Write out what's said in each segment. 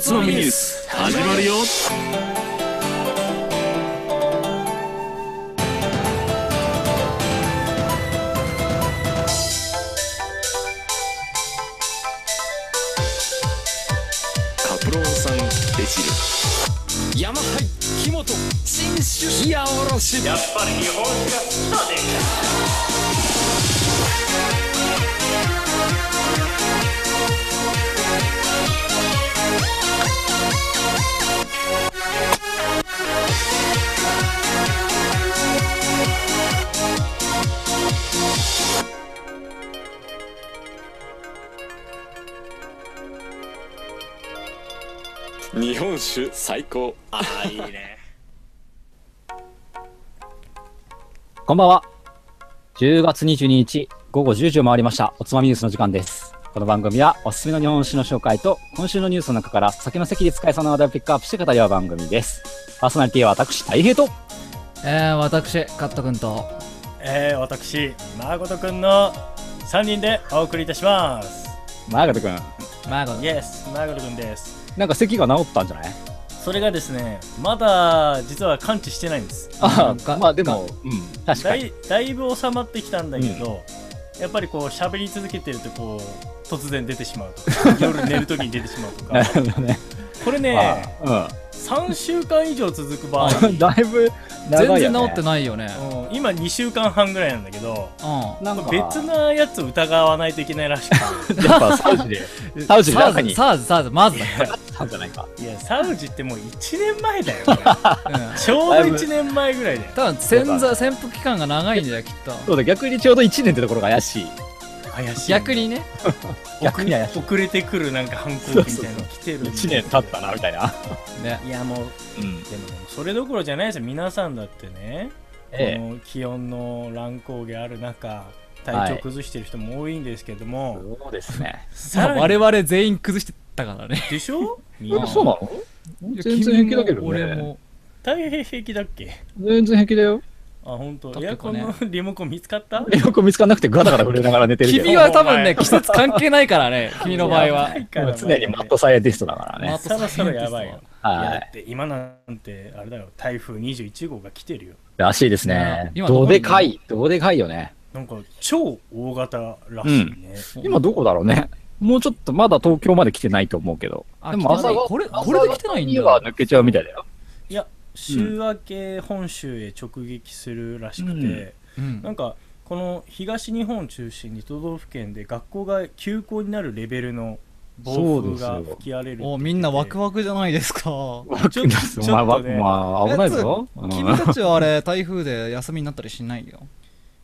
つのニュース始まるよカプロンさんデシル山入木本新酒冷やおろしやっぱり日本酒が好きだね日本酒最高ああいいねこんばんは。10月22日午後10時を回りました。おつまみニュースの時間です。この番組はおすすめの日本酒の紹介と今週のニュースの中から酒の席で使えそうな話題をピックアップして語り合う番組です。パーソナリティは私、大平と。えー、私、カット君と、えー、私誠くんの3人でお送りいたしますマーガト君。マーゴイエス誠くんですなんか咳が治ったんじゃないそれがですねまだ実は完治してないんですあがまあでも、うん、確だかに。いだいぶ収まってきたんだけど、やっぱりこう喋り続けてるとこう突然出てしまうと か夜寝るときに出てしまうとなかるほどね。これまねあ3週間以上続く場合、うん。 だいぶ長全いよ、ね、然治ってないよね。うん今2週間半ぐらいなんだけどうなんか別なやつ疑わないといけないらしくてやっぱサウジで。ん。サウジの中にサウジ、サウジ、まずだよ。なんじゃないか。いやサウジってもう1年前 だようん。ちょうど1年前ぐらいだよ多分潜在、潜伏期間が長いんだよ、きっと。そうだ、逆にちょうど1年ってところが怪しい。怪しい逆にね。逆に怪しい。遅れてくるなんか反抗期みたいなの来てる1年経ったな、みたいな。ね。いやもううん。でもでもそれどころじゃないですよ皆さんだってね、えこの気温の乱高下ある中体調崩してる人も多いんですけども、え。そうですね。さら我に々全員崩してたからね。でし ょみんやなそうなの全然平気だけ君ども俺ね。も。大変平気だっけ全然平気だよ。あ本当、だってエねアコンのリモコン見つ かったよく見つからなくてガタガタ震えながら寝てるけど。君は多分ね、季節関係ないからね、君の場合は。もう常にマットサイエンティストだからマねッ。トそろそろやばいよいやはだいっ。て今なんてあれだよ台風21号が来てるよらしいですね。今どでかい。どでかいよね。なんか超大型らしいね、今どこだろうね。もうちょっとまだ東京まで来てないと思うけど。あでも来てないこれこれで来てないんだ朝方には抜けちゃうみたいだよ。いや週明け本州へ直撃するらしくて、うんなんかこの東日本を中心に都道府県で学校が休校になるレベルの暴風がそうですよ吹き荒れるおみんなワクワクじゃないですか。ちょおちょっとね前は、まあ、危ないぞ。うん君たちはあれ、台風で休みになったりしないよ。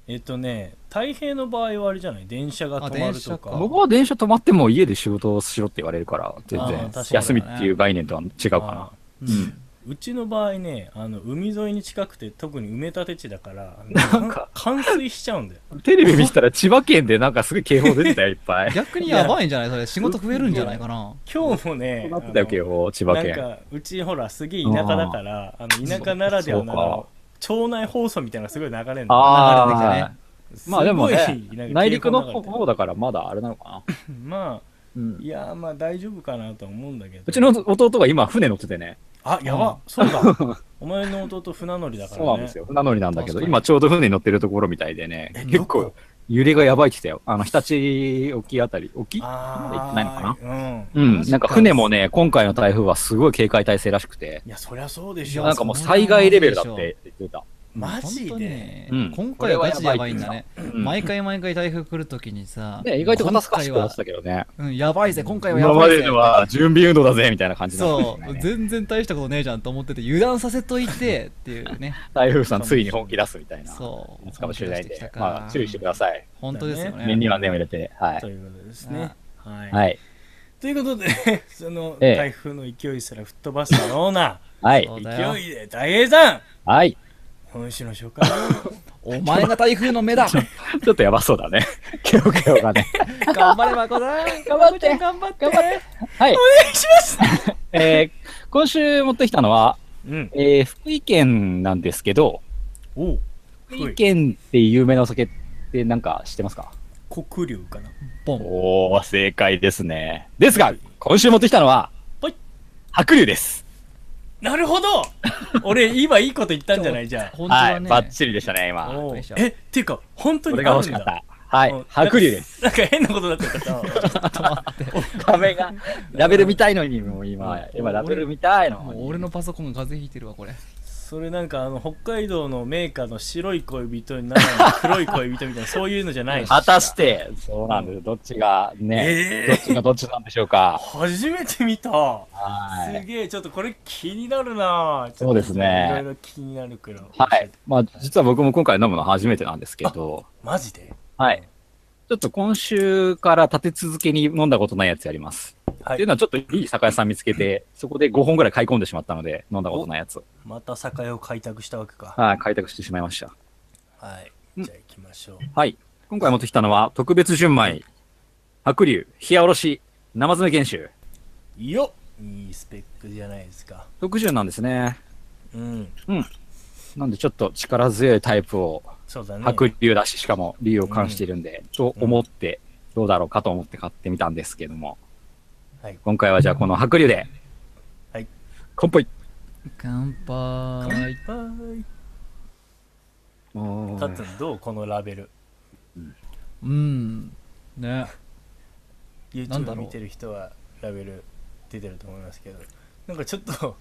えっとね太平の場合はあれじゃない電車が止まるとかあ電僕は電車止まっても家で仕事をしろって言われるから、全あー然確かに休みっていう概念とは違うかあな。うん。うちの場合ねあの海沿いに近くて特に埋め立て地だからなんか冠水しちゃうんだよテレビ見てたら千葉県でなんかすごい警報出てたよ、いっぱ い。逆にやばいんじゃないそれ仕事増えるんじゃないかな今日もねなってたよ、警報、千葉なん県。かうちほらすげえ田舎だからあの田舎ならではそなうかの町内放送みたいなのがすごい流れるの流れてきあたあね、まあでもすごねいなん、か内陸の警報流れてる方だからまだあれなのかな。まあうんいやーまあ大丈夫かなとは思うんだけどうちの弟が今船乗っててね、あやばそうだお前の弟船乗りだかそらねうなんですよ。船乗りなんだけど、確かに今ちょうど船に乗ってるところみたいでねえ、結ど構こ揺れがやばいって言ってたよ。あの、日立沖あたり、沖まだ行ってああないのかなうんうん。なんか船もね、今回の台風はすごい警戒態勢らしくて、いやそりゃそうでしやょなんかもう災害レベルだって言ってた。マ本ジ当にでねうん今回はガチでやばいんだね、うん毎回毎回台風来るときにさ、ね、意外と肩透かしく今な回っては、たけどね。うん、やばいぜ今回はや今まばいぜでのは準備運動だぜみたいな感じだったんそですよう ね全然大したことねえじゃんと思ってて油断させといてっていう ね台風さんついに本気出すみたいなそうやつかもしれないん本気出してでき、たからまあ、注意してください。本当ですよね念には念を入れて。はとい。いうことですねはい、はい。ということで そのええ台風の勢いすら吹っ飛ばすよ うなはいそ。うだよ勢いで大平さんはい。本州の紹介をお前が台風の目だ ちょっとやばそう だね。ケロケロがね。頑張れマコさ ん頑張って頑張って頑張れはい。お願いし ますえー、今週持ってきたのは、うんえー、福井県なんですけど、おう福井県って有名なお酒ってなんか知ってますか黒龍かなボンおー、正解ですね。ですが、今週持ってきたのははい、白龍です。なるほど俺今いいこと言ったんじゃないじゃ本当は、はいね、バッチリでしたね、 あ今。おうよいしょえっていうか本当こにれがあ欲しるんかった。だはうんい、白龍です。なんか変なことになってた 画面が、ラベル見たいのに、もう今、うん今ラベル見たいものう。俺の。パソコンが風邪ひいてるわこれそれなんかあの北海道のメーカーの白い恋人になるのに黒い恋人みたいなそういうのじゃない果たして、そうなんです。どっちがね、どっちがどっちなんでしょうか。初めて見たはすい。げえちょっとこれ気になるなぁそうですねちょっといろいろ気になるけどはい。まあ、実は僕も今回飲むの初めてなんですけど、マジではい。ちょっと今週から立て続けに飲んだことないやつやります。はっていういのはちょっといい酒屋さん見つけて、そこで5本ぐらい買い込んでしまったので、飲んだことないやつ。また酒屋を開拓したわけかはい、開拓してしまいました。はいうんじゃあ行きましょうはい。今回持ってきたのは、特別純米、白龍、冷やおろし、生詰め原酒。よっいいスペックじゃないですか60なんですね。うんなんでちょっと力強いタイプを、そうだね白龍だし、しかも龍を冠しているんで、と思って、どうだろうかと思って買ってみたんですけども。はい今回はじゃあこの白龍で、はい。乾杯乾杯はいおカーッツンどうこのラベルうんねなんだろ YouTube う見てる人はラベル出てると思いますけどなんかちょっと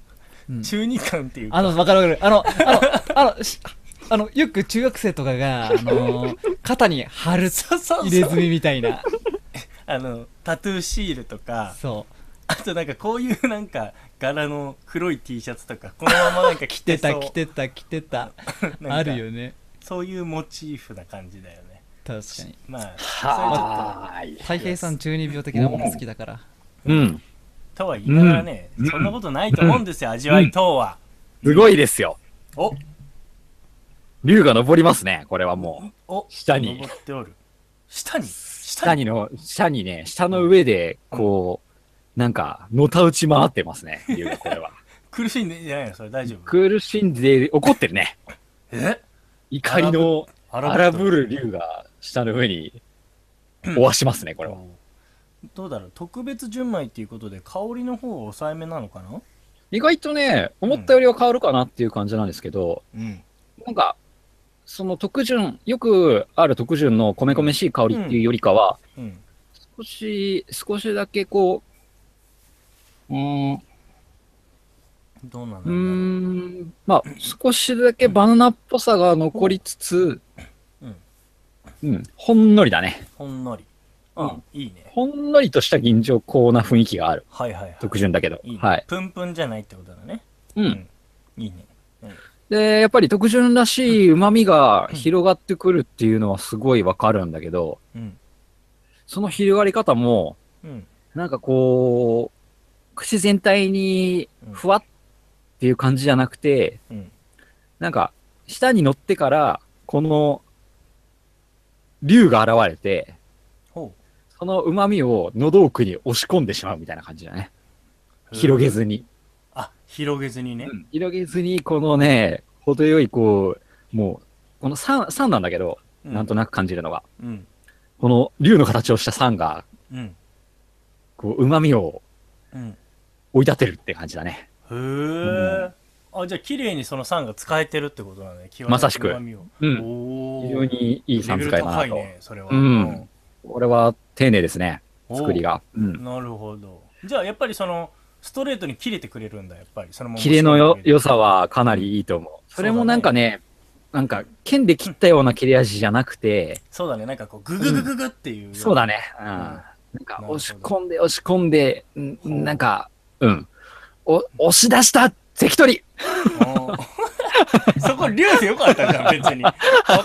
うん中二感っていうかあの、わかるわかる。あの、あの、あの、しあのよく中学生とかが、あのー、肩に貼るそうそうそう入れ墨みたいな。あのタトゥーシールとかそう。あとなんかこういうなんか柄の黒い T シャツとかこのままなんか着着ててそうた 着てた着てた。なんかあるよね。そういうモチーフな感じだよね確かに。まあはーい。太平さん中二病的なもの好きだから。うん。とは言いながらね、うんそんなことないと思うんですよ、味わい等は、すごいですよ。お竜が登りますね、これはもお下に登っておる下にう。下下ににの、下にね、下の上で、こう、なんか、のたうち回ってますね、竜がこ れは。苦しんでんじゃないのそれ大丈夫苦しんで、怒ってるね。え怒りの荒ぶるる竜が下の上に、おわしますね、これは。どうだろう特別純米っていうことで香りの方は抑えめなのかな意外とね、思ったよりは変わるかなっていう感じなんですけど、うんなんか、その特潤、よくある特潤の米米しい香りっていうよりかは、うん少し、少しだけこう、うーん、うどうなんーだろうな、ん、まあ、少しだけバナナっぽさが残りつつ、うんうん、ほんのりだね。ほんのりうんうんいいねほんのりとした吟醸香な雰囲気がある。はいはいはい特潤だけど。いいね、はい。プンプンじゃないってことだねうん。いいねで、やっぱり特潤らしい旨味が広がってくるっていうのはすごいわかるんだけど、うんその広がり方も、うんなんかこう、口全体にふわっていう感じじゃなくて、うんなんか下に乗ってから、この竜が現れて、ほその旨味を喉奥に押し込んでしまうみたいな感じだね。う広げずに。あ広げずにね、うん広げずに、このね、程よいこう、もう、この酸、酸なんだけど、うなんとなく感じるのが、うんこの竜の形をした酸が、うんこう、旨味をうん追い立てるって感じだね。へえ、あじゃあ綺麗にその酸が使えてるってことなんだねまさしく極みをうん。おお非常にいい酸使いだなと。ねそれは、うんこれは丁寧ですね、おー作りが。うん。なるほどじゃあやっぱりそのストレートに切れてくれるんだやっぱりそのまま切れのよ仕込んでくれる良さはかなりいいと思う。それもなんかね、なんか、剣で切ったような切れ味じゃなくて、そうだねなんかこうグググググっていう、そうだね。うん。んなんかほ、ど押し込んで、押し込んで、んなんか、うん。お、押し出した関取おー そこ竜でよかったじゃん別にわ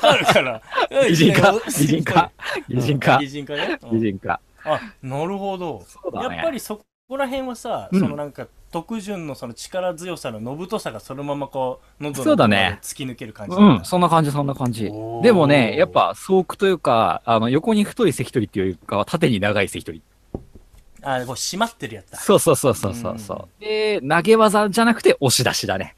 かるから擬 人化擬人化うん擬人化擬人化ねうん擬人化。あなるほどそうだねやっぱりそこら辺はさ、うんそのなんか特潤のその力強さののぶとさがそのままこう喉のそうだね奥まで突き抜ける感じうん、だそんな感じ、そんな感じお。ーでもね、やっぱ、総句というか、あの、横に太い関取っていうよりかは、縦に長い関取。あこう締まってるやつだそうそうそうそうそうそううん。で、投げ技じゃなくて、押し出しだね。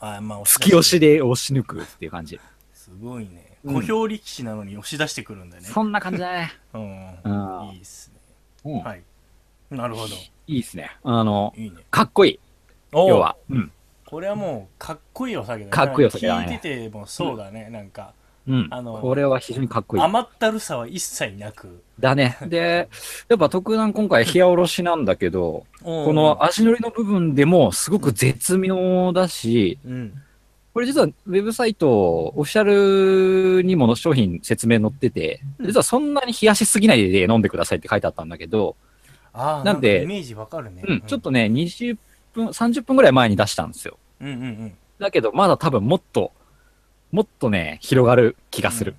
あまあ突き押しで押し抜くっていう感じ。すごいねうん小兵力士なのに押し出してくるんだねそんな感じだね。うんうんいいっすねうんはいなるほどいいいですね。あの、いいね。かっこいい、お要は。うん。これはもう、かっこいいお酒だね。かっこいいお酒だね聞いててもそうだね。なんか、うん。あのこれは非常にかっこいい。甘ったるさは一切なく。だね。で、やっぱ特段今回、冷やおろしなんだけど、ここの、足のりの部分でもすごく絶妙だし、うん。これ実はウェブサイト、オフィシャルにもの商品説明載ってて、実はそんなに冷やしすぎないで飲んでくださいって書いてあったんだけど、ああ、ななんんかでイメージわかるね。うん、ちょっとね、20分、30分ぐらい前に出したんですよ。うんうんうん。だけど、まだ多分もっと、もっとね、広がる気がする。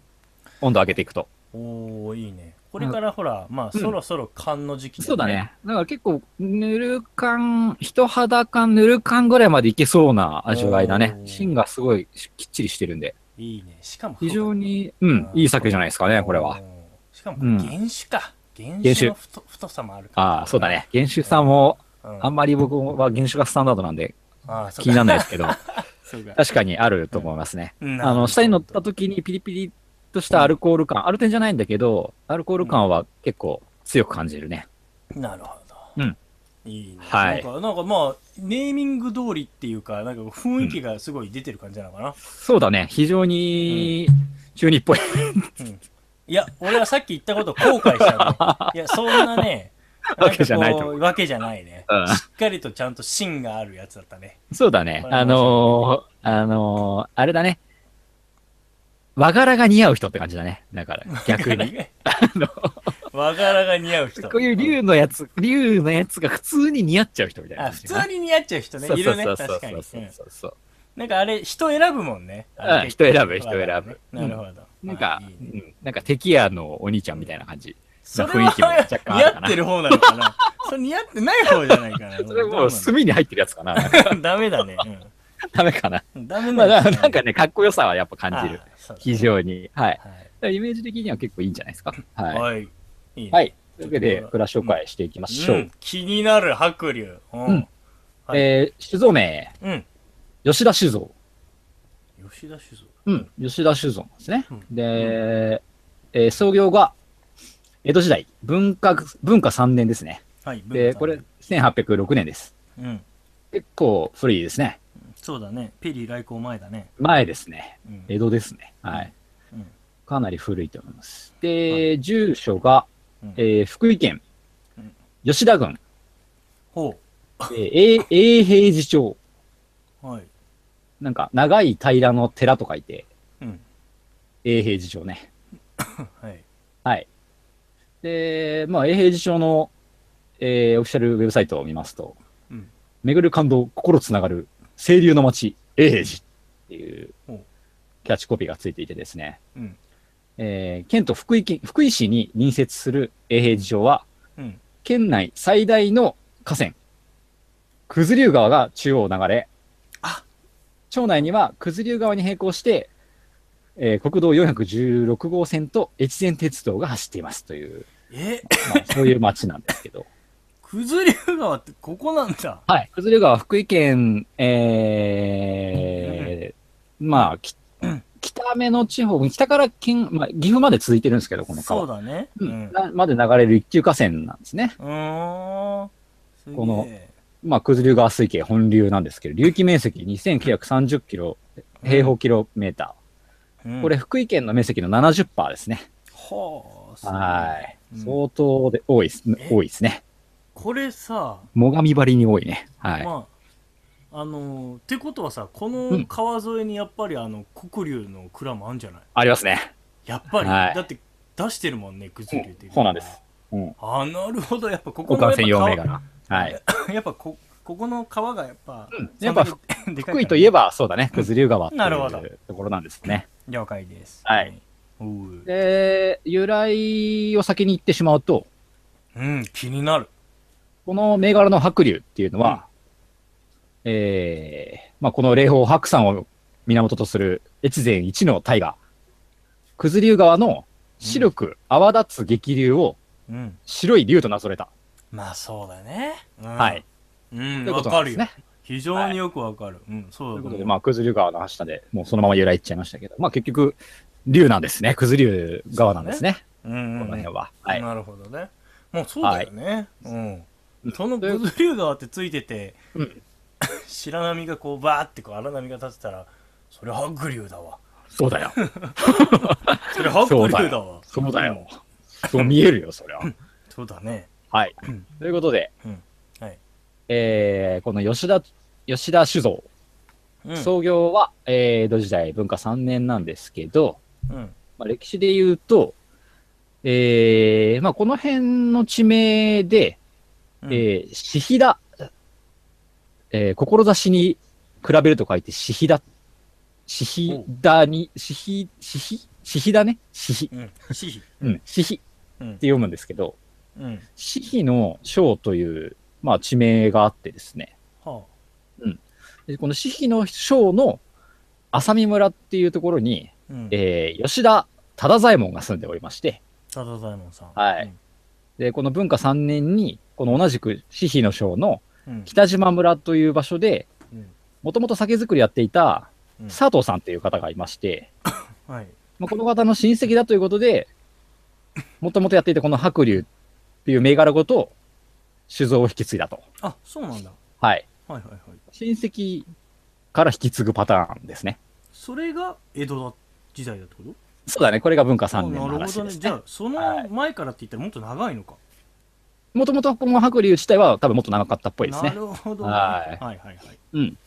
温度上げていくと。おおいいね。これからほら、まあ、うんそろそろ缶の時期そうだ。ね。だから結構、ぬる感、人肌感、ぬる感ぐらいまでいけそうな味わいだねお。ー芯がすごいしきっちりしてるんで、いいね。しかも、非常に、うん、いい酒じゃないですかね、これは。おー。しかも、うん原酒か。原原酒酒の太太さもあるから。ああ、そうだね。原酒さんも、うんあんまり僕は原酒がスタンダードなんでああ、そう気になか。らないですけど、 そうか確かにあると思いますね。うんあの、下に乗った時にピリピリとしたアルコール感、アルテンじゃないんだけど、アルコール感は結構強く感じるね。なるほど。うん。いいね。はいなんか、なんかまあ、ネーミング通りっていうか、なんか雰囲気がすごい出てる感じなのかな。そうだね。非常に、中二っぽい。いや、俺はさっき言ったこと後悔し たね。いや、そんなね、わけじゃないとんか思こうわけじゃないね。うんしっかりとちゃんと芯があるやつだったね。そうだね。わかありましたのー、あのー、あれだね。和柄が似合う人って感じだね。だから、逆 に。。和柄が似合う人。 こういう竜のやつ、竜のやつが普通に似合っちゃう人みたいなあ、感普じ。通に似合っちゃう人ね。いるね。確かに。そうそううんそうそう。なんかあれ、人選ぶもんね。うんあれ結構人選ぶ人選ぶわかるねなるほど。なんかあいいね、うんなんか敵屋のお兄ちゃんみたいな感じ。それ雰囲気もは若干あ似るかな合ってる方なのかなそれ似合ってない方じゃないか な。それもうどう隅に入ってるやつかな。なのダメだね。ダメか な。うんダメまあ、だなね。なんかね、かっこよさはやっぱ感じるあ。。そうだ非常に。はい。はいイメージ的には結構いいんじゃないですか。ははい。いいねい。はい。というわけで、蔵紹介していきましょう。うん気になる白龍。うん。はいえー、酒造名、うん。吉田酒造。吉田酒造。うん。吉田酒造なんですねうん。で、えー創業が、江戸時代、文化、文化3年ですね。はい。文で、化これ、1806年です。うん。結構古いですね。そうだね。ペリー来航前だね。前ですね。うん江戸ですね。はい。うんかなり古いと思います。で、住所が、うんえー福井県うん、吉田郡、ほえー永永平寺町。う。はい。なんか、長い平らの寺と書いて、うん。永平寺町ね。はい。で、まあ、永平寺町の、えーオフィシャルウェブサイトを見ますと、うん巡る感動、心つながる、清流の街、永平寺っていうほうキャッチコピーがついていてですね、うん。えー県と福井県、福井市に隣接する永平寺町は、うん。県内最大の河川、九頭竜川が中央を流れ、あ町内には九頭竜川に並行して、えー国道416号線と越前鉄道が走っていますという、え、まあ、そういう町なんですけど。九頭竜川ってここなんだ。はい。九頭竜川は福井県、えー、まあ、き北目の地方、北から県、まあ、岐阜まで続いてるんですけど、この川。そうだね。ううんん。なまで流れる一級河川なんですね。うーん。すげえこのまあ、九頭竜川水系本流なんですけど、流域面積2930キロ、平方キロメータうんー。これ、福井県の面積の70%ですね。はあすごいはい。うん相当で多いですねえ。多いですね。これさ、最上張りに多いね。はい。まああのーってことはさこうんの川沿いにやっぱりあの黒龍の蔵もあるんじゃないありますね。やっぱり、はいだって出してるもんね九頭龍ってそうなんです。うん。あなるほどやっぱここお感のやっぱ染用銘柄。はやい。 やっぱこここの川がやっぱ、やっぱそんなに でか福井といえばば、そうだね。九頭竜川ってなるほいどうところなんですね。了解ですはいおうで、由来を先に言ってしまうと、うん気になるこの銘柄の白龍っていうのは、えーまあ、この霊峰白山を源とする越前一の大河、九頭竜川の白く泡立つ激流をうん白い竜となぞれた。まあそうだね、うんはい。うんというこわとなかんでるすよ、ね。非常によくわかる、うんとそういだうとこ思とで、まあ、九頭竜川の橋下でもうそのまま由来言っちゃいましたけど、まあ、結局、竜なんですね。九頭竜川なんですね。うんうんこうんの辺は。はい。なるほどね。もうそうだよね。うん。その九頭竜川ってついてて、うん 白波がこうバーってこう荒波が立ってたらそれ白竜だわそうだよ。それ白竜だわそうだよ。そう見えるよ、そりゃ。そうだねはい。ということで、うんはいえーこの吉田、吉田酒造、うん創業は、えー江戸時代文化3年なんですけど、うんまあ、歴史で言うと、えーまあ、この辺の地名で、うんえー、しひだ、えー、志に比べると書いて、しひだ、しひだに、しひ、しひ、しひだね、しひ、うんしひうん、しひってうん読むんですけど、うんしひの章という、まあ、地名があってですね、はでこのしひの章の浅見村っていうところに、あうんえー、吉田忠左衛門が住んでおりまして、ただ左衛門さんはいで、この文化3年に、この同じく私費の章のうんうん北島村という場所でうん、もともと酒造りやっていたうん佐藤さんという方がいまして、はいまあ、この方の親戚だということで、もともとやっていたこの白龍っていう銘柄ごと酒造を引き継いだと。あそうなんだはい。はいはいはい親戚から引き継ぐパターンですね。それが江戸だ時代だってことそうだね。これが文化3年のあなる話ほどでねすじゃねあ。その前からって言ったらもっと長いのかもともとこの白龍自体は多分もっと長かったっぽいですなね。るほどねははいいはいはいうん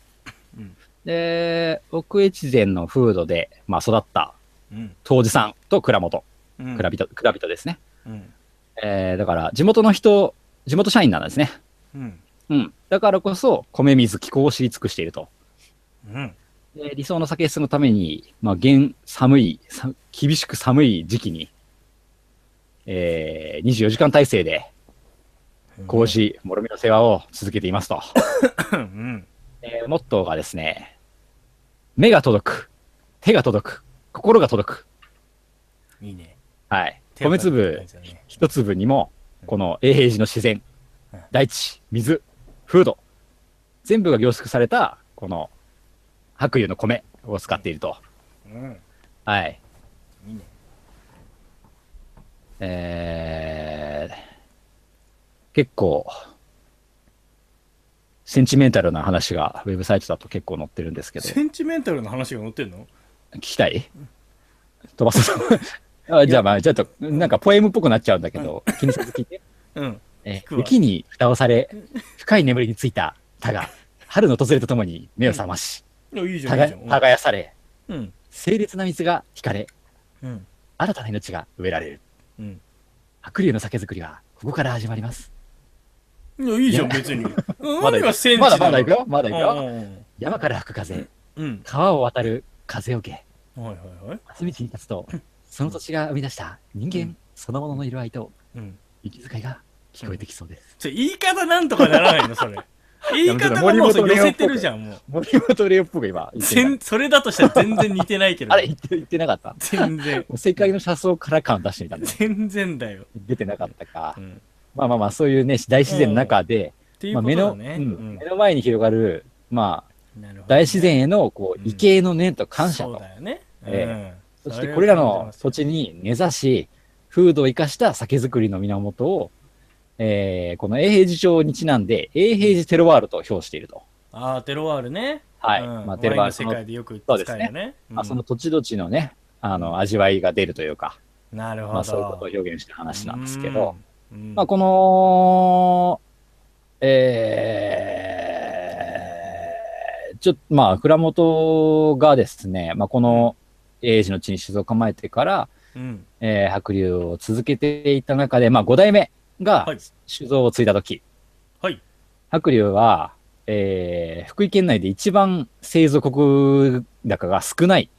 うん。で、奥越前の風土で、まあ、育ったうん当時さんと蔵元、うん蔵人、蔵人ですね。うんえー、だから、地元の人、地元社員なんですね。うんうん。だからこそ、米水、気候を知り尽くしていると。うんで理想の酒質のために、まあ、現、寒い、さ厳しく寒い時期に、えー、24時間体制で、麹、もろみの世話を続けています と。うんえー、モットーがですね、目が届く、手が届く、心が届く。いいねはい。米粒、一粒にも、この永平寺の自然うん、大地、水、風土、全部が凝縮された、この白湯の米を使っていると。うんはい。いいねえー、結構、センチメンタルな話がウェブサイトだと結構載ってるんですけ ど、センチメンタルの話が載ってんの聞きたい飛ばすあじゃあまあ、ちょっと、なんかポエムっぽくなっちゃうんだけど、気にせず 聞いて。うんえ聞くわ雪に蓋をされ、深い眠りについた田が、春の訪れとともに目を覚まし、いやいいじゃんいい耕じゃん耕され、うん清冽な水が引かれ、うん新たな命が植えられる。うん白龍の酒造りは、ここから始まります。いやいいじゃんい 別にまだ何行くがセンチまだなまのだ行くよ、まだ行くよ。うん山から吹く風、うん川を渡る風を受け、うんはいはいはい松道に立つと、その土地が生み出した人間そのものの色合いとうん息遣いが聞こえてきそうです。ちょ言い方なんとかならな いのそれ言い方がもう寄せてるじゃんもう森本レオっぽく今言ってなかっ全それだとしたら全然似てないけた。どあれ言って言ってなかった全然もう世界の車窓から感出してみたんだ全然だよ、出てなかったかう。ん、っまあまあまあ、そういうね、大自然の中で、ていうまあ、こ目との、だね、うん目の前に広がる、まあ、なるほどね大自然への、こう、うん畏敬の念と感謝そうと、だよね、えうんそしてこれらは感じのます土地に根ざし、風土を生かした酒造りの源を、えーこの永平寺町にちなんで、永平寺テロワールと評していると。ああテロワールねはいうんまあワインテロワールの世界でよく使うよそうねですうんまあ、その土地土地のね、あの、味わいが出るというか、なるほど、まあ、そういうことを表現した話なんですけど、うん、うんまあ、この、えー、ちょっと、まあ、蔵元がですね、まあ、この英治の地に静を構えてから、うんえー白龍を続けていった中で、まあ、5代目がはい酒造を継いだとき、はい白龍は、えー、福井県内で一番製造国高が少ない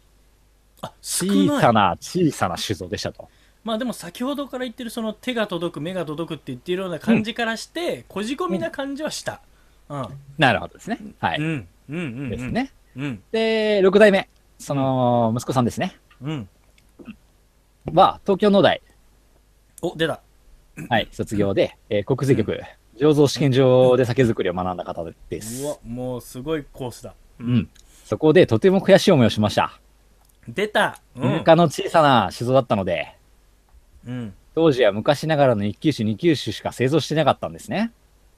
あ少ない小さな小さな酒造でしたと。まあでも先ほどから言ってるその手が届く目が届くって言ってるような感じからして、こじ込みな感じはしたうんなるほどですね。はうい。んうんうんうんですね。うんで、6代目、その、息子さんですね。うんは東京農大、お出たはい、卒業で、えー国税局醸造試験場で酒造りを学んだ方でうわす。もうすごいコースだうん、そこでとても悔しい思いをしました。出たうん他の小さな酒造だったので、うん当時は昔ながらの一級酒、二級酒しか製造してなかったんですね。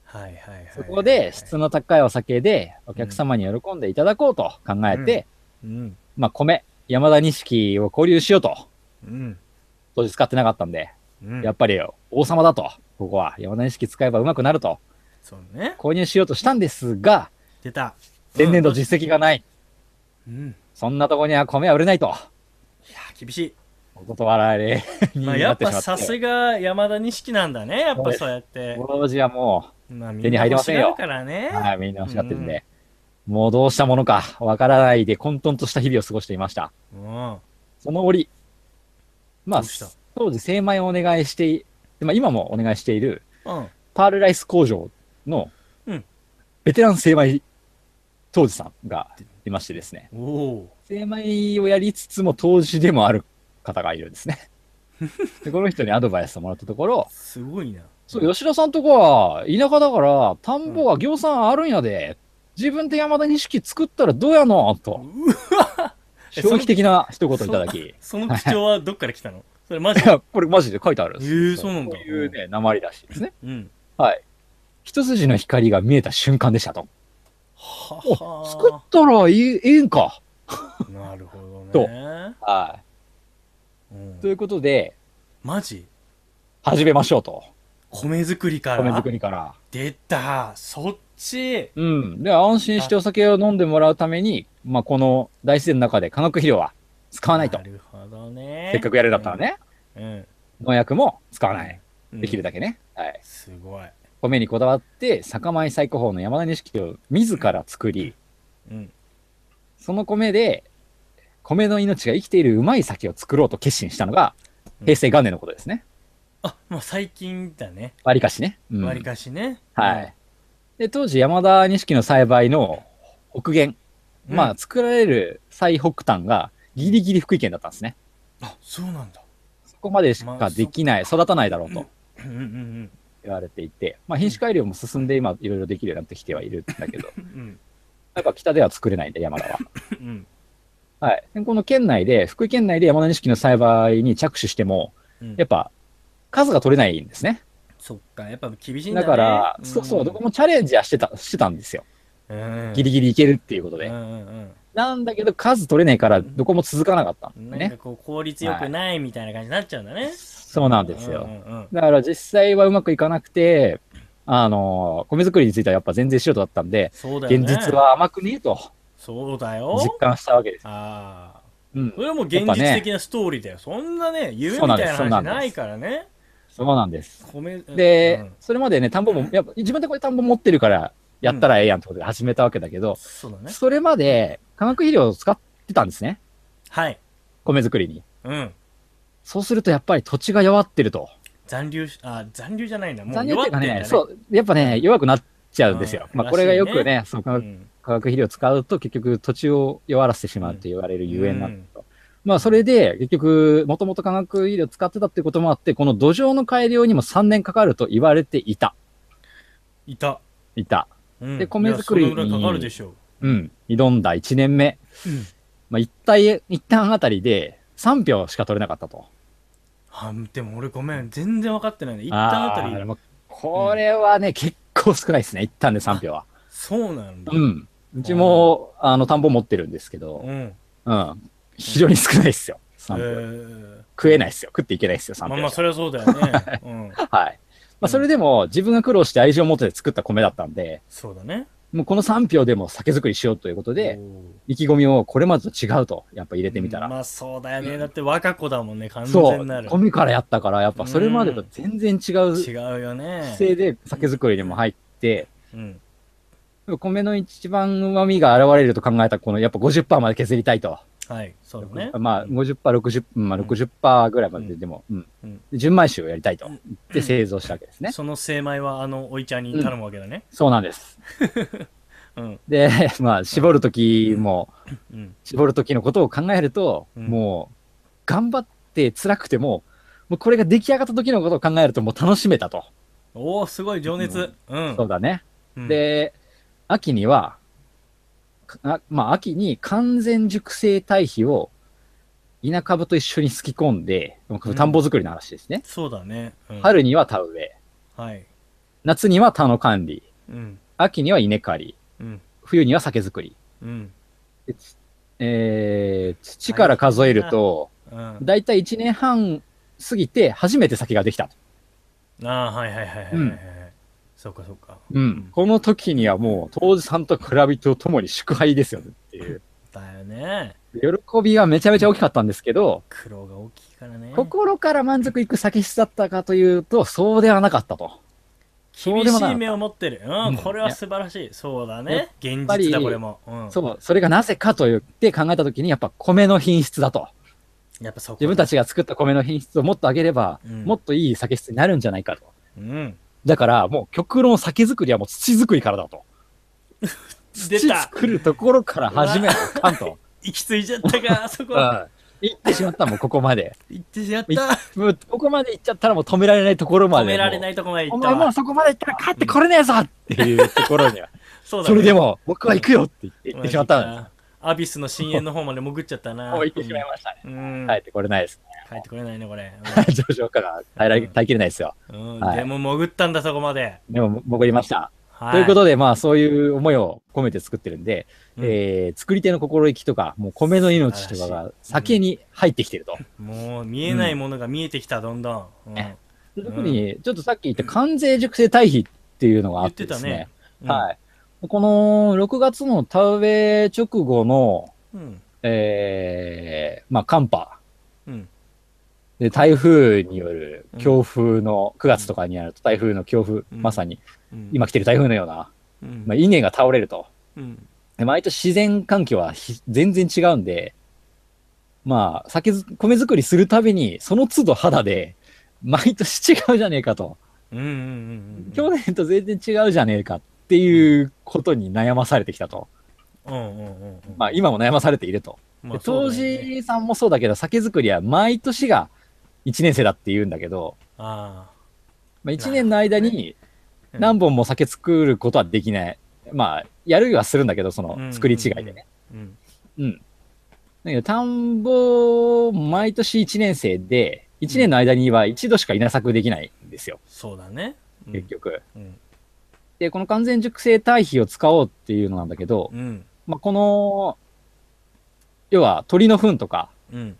はいはいはい。そこで質の高いお酒でお客様に喜んでいただこうと考えて、うん。まあ米、山田錦を交流しようと。うん。当時使ってなかったんで、うん。やっぱり王様だと。ここは山田錦使えばうまくなると。そうね。購入しようとしたんですが、出た。前年度実績がない。うん。いそんなとこには米は売れないと。や、厳しお断られい。にまあ、なやっってしぱまって。さすが山田錦なんだね。やっぱそうやって。当時はもまあ、み手んにな入りま欲せしんよがるからねう、。はい、みんな欲しがってるんで、もうどうしたものかわからないで混沌とした日々を過ごしていました。うん。その折、まあどうした、当時精米をお願いしてい、まあ今もお願いしている、うん。パールライス工場のうん、ベテラン精米当時さんがいましてですね、おお精米をやりつつも当時でもある方がいるんですね。でこの人にアドバイスをもらったところー。、すごいな。そう、吉田さんとこは田舎だから、田んぼは行産あるんやで、自分で山田錦作ったらどうやのと、うえ衝撃的な一言いただき、その口調はどっから来 たのそれマジいや、これマジで書いてあるんですよえーそうなんだこういうね、鉛らしいですね。うん。はい。一筋の光が見えた瞬間でしたと。はお、作っはたらいい、ええんか。なるほとどね。はうい。んということで、マジ始めましょうと。米作りから米作りから。出たそっちうん。で、安心してお酒を飲んでもらうために、まあ、この大自然の中で化学肥料は使わないとな。るほどね。せっかくやるんだったらね、うん。農薬も使わない。うん。できるだけね。はい。すごい。米にこだわって、酒米最高峰の山田錦を自ら作り、うん。その米で、米の命が生きているうまい酒を作ろうと決心したのが、うん平成元年のことですね。あ、まあ最近だね。わりかしね。うんわりかしね。はい。で、当時山田錦の栽培の北限、うんまあ作られる最北端がギリギリ福井県だったんですね。あ、そうなんだ。そこまでしかできない、育たないだろうとうんうん言われていて、まあ品種改良も進んで今いろいろできるようになってきてはいるんだけど、うん。うん。やっぱ北では作れないんで山田は。うん。はい。でこの県内で、福井県内で山田錦の栽培に着手しても、うんやっぱ数が取れないんですね。そっか、やっぱ厳しいんだだね。から、んそうそう、どこもチャレンジはしてた、してたんですよ。うんギリギリいけるっていうことで。うんうんなんだけど数取れないから、どこも続かなかったうんでん。なんかね。こう効率よくないみたいな感じになっちゃうんだね。そうなんですうんよ。うんだから実際はうまくいかなくて、あの、米作りについてはやっぱ全然素人だったんで、そうだよね。現実。は甘くねえとそうだよ。実感したわけです。ああ。うんそ。れはもう現実的なストーリーだよ。そんなね、夢みたそういななんですそうなん話ですないからね。そうなんです。米で、うんそれまでね、田んぼ も、やっぱ自分でこれ田んぼ持ってるから、やったらええやんってことで始めたわけだけど、そうだね。それまで化学肥料を使ってたんですね。はい。米作りに。うん。そうするとやっぱり土地が弱ってると。残留し、あ、残留じゃないんだ。もう残念っていうか弱ね、んだそう、やっぱね、弱くなっちゃうんですよ。うんまあこれがよくらしいね、そう化学うん化学肥料を使うと結局土地を弱らせてしまうと言われるゆえんなんだけど、まあそれで結局もともと化学肥料を使ってたってこともあってこの土壌の改良にも3年かかると言われていたいた。いたうんで米作りにいやそのぐらいかかるでしょう。うん挑んだ1年目、うんまあ一体一旦あたりで3票しか取れなかったとあ、でも俺ごめん。全然分かってないね。一旦あたーり。まあこれはね、結構少ないですね一旦で3票はそうなんだう。んうちもあの田んぼ持ってるんですけどうん。うん非常に少ないですよ3え票、ー食えないですよ食っていけないですよ3票まあまあ、それはそうだよ ね。うん。はい。まうあ、んそれでも自分が苦労して愛情を持って作った米だったんで、そうだね。もうこの3票でも酒造りしようということでお、ー、意気込みをこれまでと違うと、やっぱ入れてみたら。まあそうだよね。だって若子だもんね、完そ全うな、る。米からやったから、やっぱそれまでと全然違う違姿うよね。勢で酒造りにも入って、うん。米の一番旨味が現れると考えたこの、やっぱ50%まで削りたいと。はい、そうだね。まあ50%、60%、まあ60%ぐらいまででも、うん。うんで純米酒をやりたいとうん。で、製造したわけですね。その精米は、あの、おいちゃんに頼むわけだね。そうなんです。うん。で、まあ、絞るときも、うん。絞る時のことを考えると、うんもう頑張って辛くてももうこれが出来上がった時のことを考えるともう楽しめたと、おお、すごい情熱。うん。そうだね、うん、で秋にはかあまあ秋に完全熟成堆肥を稲株と一緒にすき込んで、これ田んぼ作りの話ですね、そうだね。うん、春には田植えはい。夏には田の管理、うん秋には稲刈り、うん冬には酒造り。うんでつえー土から数えると、うんだいたい1年半過ぎて初めて酒ができた。ああはいはいはいはいはい、うんそうかそうかうん。この時にはもう、当時さんと比べとともに祝杯ですよねっていう。だよね喜びはめちゃめちゃ大きかったんですけど、苦労が大きいからね心から満足いく酒質だったかというと、そうではなかったと。そう厳でもなかっしたい目を持ってるうん、うんこれは素晴らしいそうだやっね現ぱり実だこれも、うん、そう、それがなぜかと言って考えた時に、やっぱ米の品質だと。やっぱそこ自分たちが作った米の品質をもっと上げれば、うんもっといい酒質になるんじゃないかと。うんだから、もう極論酒造りはもう土作りからだと。出土た作るところから始めなあかんと。行き着いちゃったかあそこうん。行ってしまったもん、ここまで。行ってしまっいたもうここまで行っちゃったらもう止められないところま止で。められもないとこまでう行おった前もうわそこまで行ったら帰ってこれねえぞっていうところには。そうだ、そね、れでも、僕は行くよって言ってうん行ってしまったんでアビスの深淵の方まで潜っちゃったなす。 もう行ってしまいましたね。うん、帰ってこれないです。帰ってこれないねこれ、上昇下が耐えられ耐えきれないですよ。うんうんはいでも潜ったんだそこまで、でも、潜りました。はということで、まあ、そういう思いを込めて作ってるんで、うんえー作り手の心意気とか、もう米の命とかが先に入ってきてると。もう見えないものが見えてきたどんどん、うんね特に、ちょっとさっき言った関税熟成対比っていうのがあってです言ってね。うんはい。この6月の田植え直後の、うんえーまあ、寒波。うんで、台風による強風の、9月とかになると台風の強風、うんまさにうん今来てる台風のような、うんまあ、稲が倒れると。うんで毎年自然環境はひ全然違うんで、まあ、酒づ、米作りするたびに、その都度肌で、毎年違うじゃねえかと。うんうんうん去年と全然違うじゃねえかっていうことに悩まされてきたと。うんうんうんうんうんまあ、今も悩まされていると。まあで当そうだよね時さんもそうだけど、酒造りは毎年が1年生だって言うんだけど、あまあ、1年の間にうん何本も酒作ることはできない。まあ、やるはするんだけど、そうんの作り違いでね。あうんうん。だけど、田んぼ、毎年1年生で、1年の間には一度しか稲作できないんですよ、そうだねうん結局。うんで、この完全熟成堆肥を使おうっていうのなんだけど、うんまあ、この、要は鳥の糞とか、うん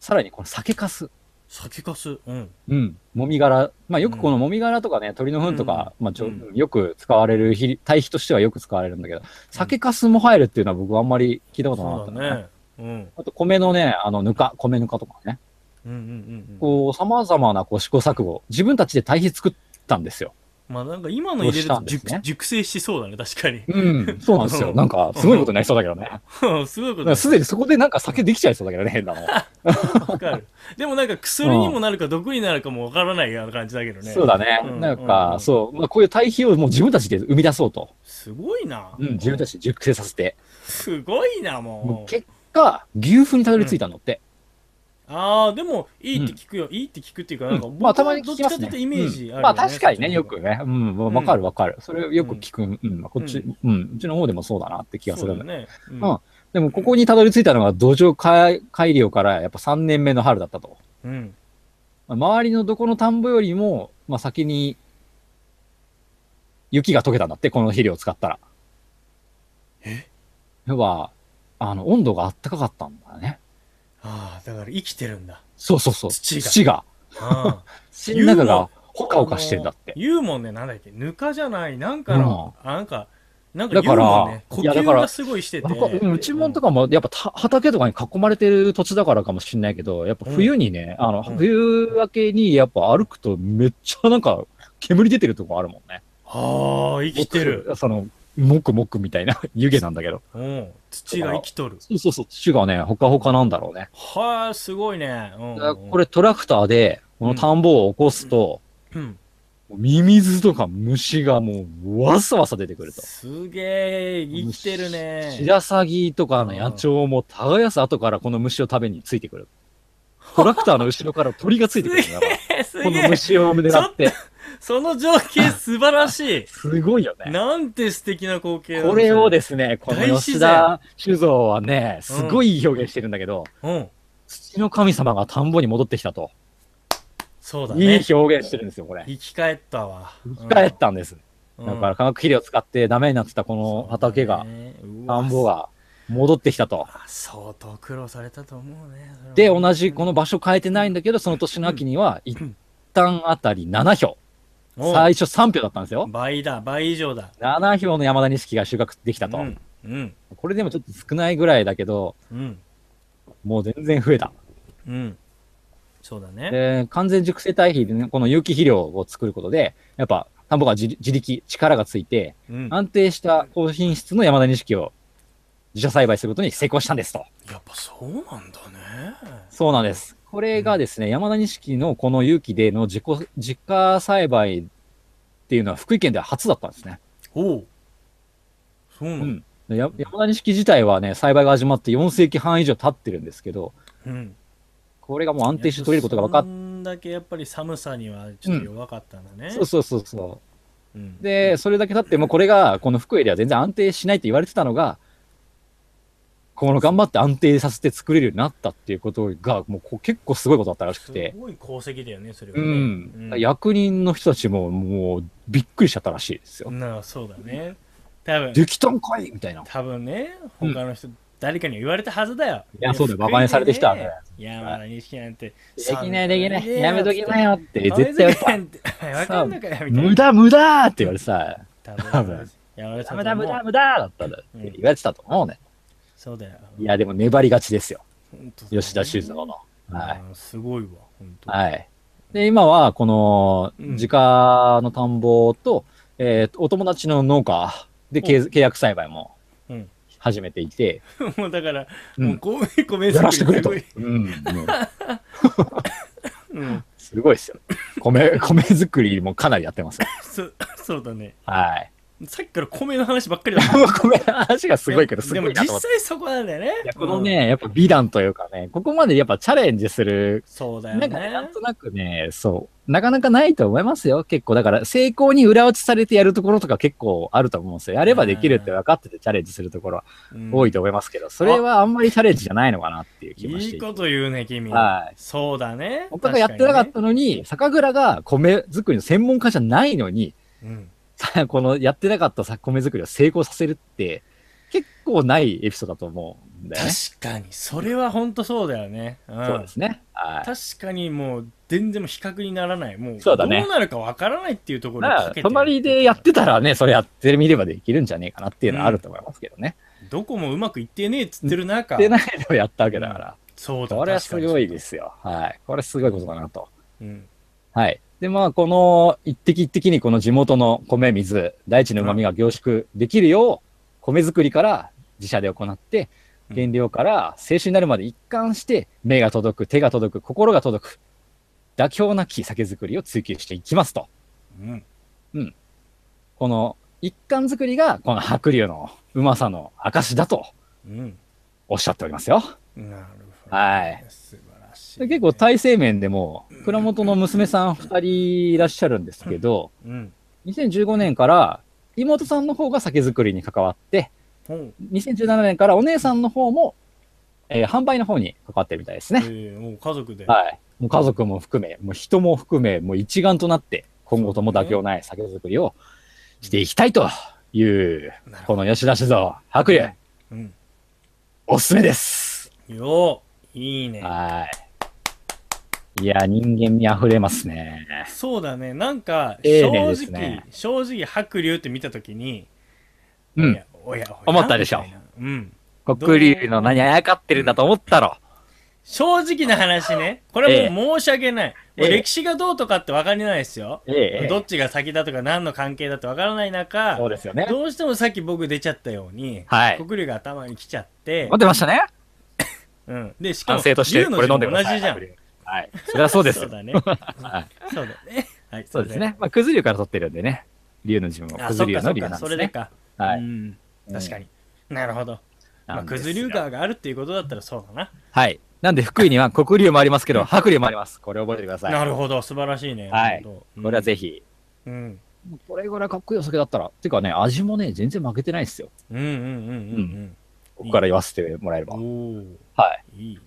さらにこの酒かす。酒かすうんうん。もみ殻。まあよくこのもみ殻とかね、鳥の糞とか、まあちょ、うんよく使われるひ、堆肥としてはよく使われるんだけど、酒かすも入るっていうのは僕はあんまり聞いたことなかそったうだ。ねうんあと米のね、あの、ぬか、米ぬかとかね。うんうんうんうんこう、様々なこう試行錯誤、自分たちで堆肥作ったんですよ。まあなんか今の入れるどうしたとんです熟ね熟成しそうだね確かにうん。 そうなんですよ。なんか、すごいことになりそうだけどね。 すごいなことんだかすでにそこでなんか酒できちゃいそうだけどね、変なの。わかる。でもなんか薬にもなるか毒になるかもわからないような感じだけどね。そうだね。うんなんうんうかん、そう、まあこういう堆肥をもう自分たちで生み出そうと。すごいな。うん、自分たちで熟成させて。すごいな、ももうう。結果、牛糞にたどり着いたのって。ああ、でも、いいって聞くよ。いいって聞くっていうか、なんか、うんまあたまに聞きます僕はどね。っちかっていうとイメージあるようね。んまあ確かにね、よそくっちね。うん、もうわかるわかる。それよく聞く。うん、まあこっち、うん、うちの方でもそうだなって気のがす方がるそねうだね。うんうんでもここにたどり着いたのが土壌改改良からやっぱ3年目の春だったと。うん。まあ周りのどこの田んぼよりも、まあ先に雪が溶けたんだって、この肥料を使ったら。え要は、あの、温度があったかかったんだね。ああ、だから生きてるんだ。そうそうそう。土が土が。ああ土の中がほかほかしてるんだって。 言うもんね、なんだっけ。ぬかじゃない、なんかの、あなんか、なんかだ言かうらもんね。呼いやだ吸からがすごいしてて。なんかうん内門とかも、やっぱた畑とかに囲まれてる土地だからかもしれないけど、やっぱ冬にね、あの、うん冬明けにやっぱ歩くとめっちゃなんか煙出てるとこあるもんね。ああ、生きてる。僕。その、もくもくみたいな 湯気なんだけど。うん。土が生きとる。そうそうそう、土がね、ほかほかなんだろうね。はあ、すごいね。うんうんうんこれトラクターで、この田んぼを起こすと、うん。もうミミズとか虫がもうわさわさ出てくると。すげえ、生きてるね。白鷺とかの野鳥も耕す後からこの虫を食べについて くる。トラクターの後ろから鳥がついてくるんだから。え、すこげのえ。虫を狙って。その情景素晴らしすごいよ い。ね。なんて素敵な光景。これをですすね、こ大の自吉然田酒造はね、すごい表現してるんだけど、うん。土の神様が田んぼに戻ってきたと。そうだいね。い表現してるんですよ、これ。生き返ったわ。生使えたんです。うんだから化学肥料使ってダメになってたこの畑が、、田んぼ。が戻ってきたとそうだねう。わ相当苦労されたと思うね。それはで、同じこの場所変えてないんだけど、その年の秋には一旦あたり7票。おう最初3票だったんですよ。倍だ、倍以上だ。 7票の山田錦が収穫できたとう。ん。うん。これでもちょっと少ないぐらいだけど、うん。もう全然増えた。うん。そうだね。で、完全熟成堆肥でね、この有機肥料を作ることで、やっぱ田んぼが自自力、力がついて、うん。安定した高品質の山田錦を自社栽培することに成功したんですと。やっぱそうなんだね。そうなんです。これがですね、山田錦のこの有機での自己、自家栽培っていうのは福井県では初だったんですね。おう。そうなうんだ。ん。でや山田錦自体はね、栽培が始まって4世紀半以上経ってるんですけど、うん。これがもう安定して取れることが分かそっんだけやっぱり寒さにはちょっと弱かったんだね。そうそうそうそう。うんで、それだけ経っても、これが、この福井では全然安定しないって言われてたのが、この頑張って安定させて作れるようになったっていうことが、もうこう結構すごいことだったらしくてす、ごい功績だよね、それはうね。ん。役人の人たちも、もう、びっくりしちゃったらしいですよ。なあそうだね。多分できたんかいみたいな。多分ね、うん他の人、誰かに言われたはずだよ。いやそうだよ福井馬鹿にされてきたねいや、まだ認識なんて。できない、できない、やめときなよ。よって、絶対やっぱ、わかんなか よ、みたい無な。駄、無駄って言われてさ、多分。やられたダとメ思だ、無う駄、無駄だったら、うん言われてたと思うね。そうだよ。いや、でも粘りがちですよ。本当だね吉田修造の。はい。うんすごいわ、本当。はい。で、今は、この、うん自家の田んぼと、えーお友達の農家で契契約栽培もうん始めていて、もうだから、うんもうこういうコメンやらせてくれと。ごうい。ん、もううん、すごいですよ。米、米作りもかなりやってますよ。そそうだね。はい。さっきから米の話ばっかりだった。米の話 がすごいけど、すでごもいな実と思って。際そこなんだよねいや。このね、やっぱ美談というかね、ここまでやっぱチャレンジするうん、そうだよなね。んかね、なんとなくね、そう、なかなかないと思いますよ、結構。だから、成功に裏打ちされてやるところとか結構あると思うんですよ。やればできるって分かっててチャレンジするところはうん多いと思いますけど、それはあんまりチャレンジじゃないのかなっていう気もしいていいて。こと言うね、君。はい。そうだね。本当がやってなかったのに、酒蔵が米作りの専門家じゃないのに、た。うんさこのやってなかったさ米作りを成功させるって、結構ないエピソードだと思うんだよ確ね。かに、それは本当そうだよね。うんそうですね。はい。確かにもう全然もう比較にならない。もうそうだねどうなるかわからないっていうところにだかかけてら隣でやってたらね、それやってみればできるんじゃねえかなっていうのはあると思いますけどね。どこもうまくいってねえっつってる中。やってないのをやったわけだから。そうだ。これはすごいですすよ。はい。これはすごいことだなと。うんはい。で、まあ、この一滴一滴にこの地元の米水、大地の旨味が凝縮できるよう、米作りから自社で行って、うん原料から清酒になるまで一貫して、目が届く、手が届く、心が届く、妥協なき酒作りを追求していきますと。うんこの一貫作りが、この白龍のうまさの証だとうんおっしゃっておりますよ。なるほど。はい。素晴らしい、で結構体制面でも、蔵元の娘さん2人いらっしゃるんですけど、うん。 2015年から妹さんの方が酒造りに関わって、ほう。 2017年からお姉さんの方も、えー販売の方に関わってるみたいですえね。ー、もう家族で。はい。もう家族も含め、もう人も含め、もう一丸となって、今後とも妥協ない酒造りをしていきたいという、なるほこの吉田酒造、白龍、ど。うん。おすすめです。よーいいね。はい。いや、人間味溢れますね。そうだね。なんか、丁寧正で直、すね正直、白龍って見たときに、うんいや。おやおや思ったでしょみいなうん。黒龍の何あやかってるんだと思ったろ。正直な話ね。これはもう申し訳ない。ええもう歴史がどうとかって分かりないですよ。えどっちが先だとか何の関係だって分からない中、そうですよね。どうしてもさっき僕出ちゃったように、はい黒龍が頭に来ちゃって持っ、てましたね。うん。で、しかも、反省として、龍のこれ飲んでくだ字さい。も同じじゃん。はい。それはそうですそう。だ ね。はいそうだね。はい、そうですね。。まあ、くず龍から取ってるんでね。龍の字も、あ、くずそっ龍かそのっ龍なんか、でそれすでね。か。はいうん。確かに。なるほど。まなあ、んでクすズよリューガーがあるっていうことだったらそうだな。はい。なんで、福井には黒龍もありますけど、白龍もあります。これ覚えてください。なるほど、素晴らしいね。はいなるほどこれはぜひ。うん。これぐらいかっこいいお酒だったら。てかね、味もね、全然負けてないですよ。うんうんうんここから言わせてもらえれうんうば。ん。おおー。はいいいね。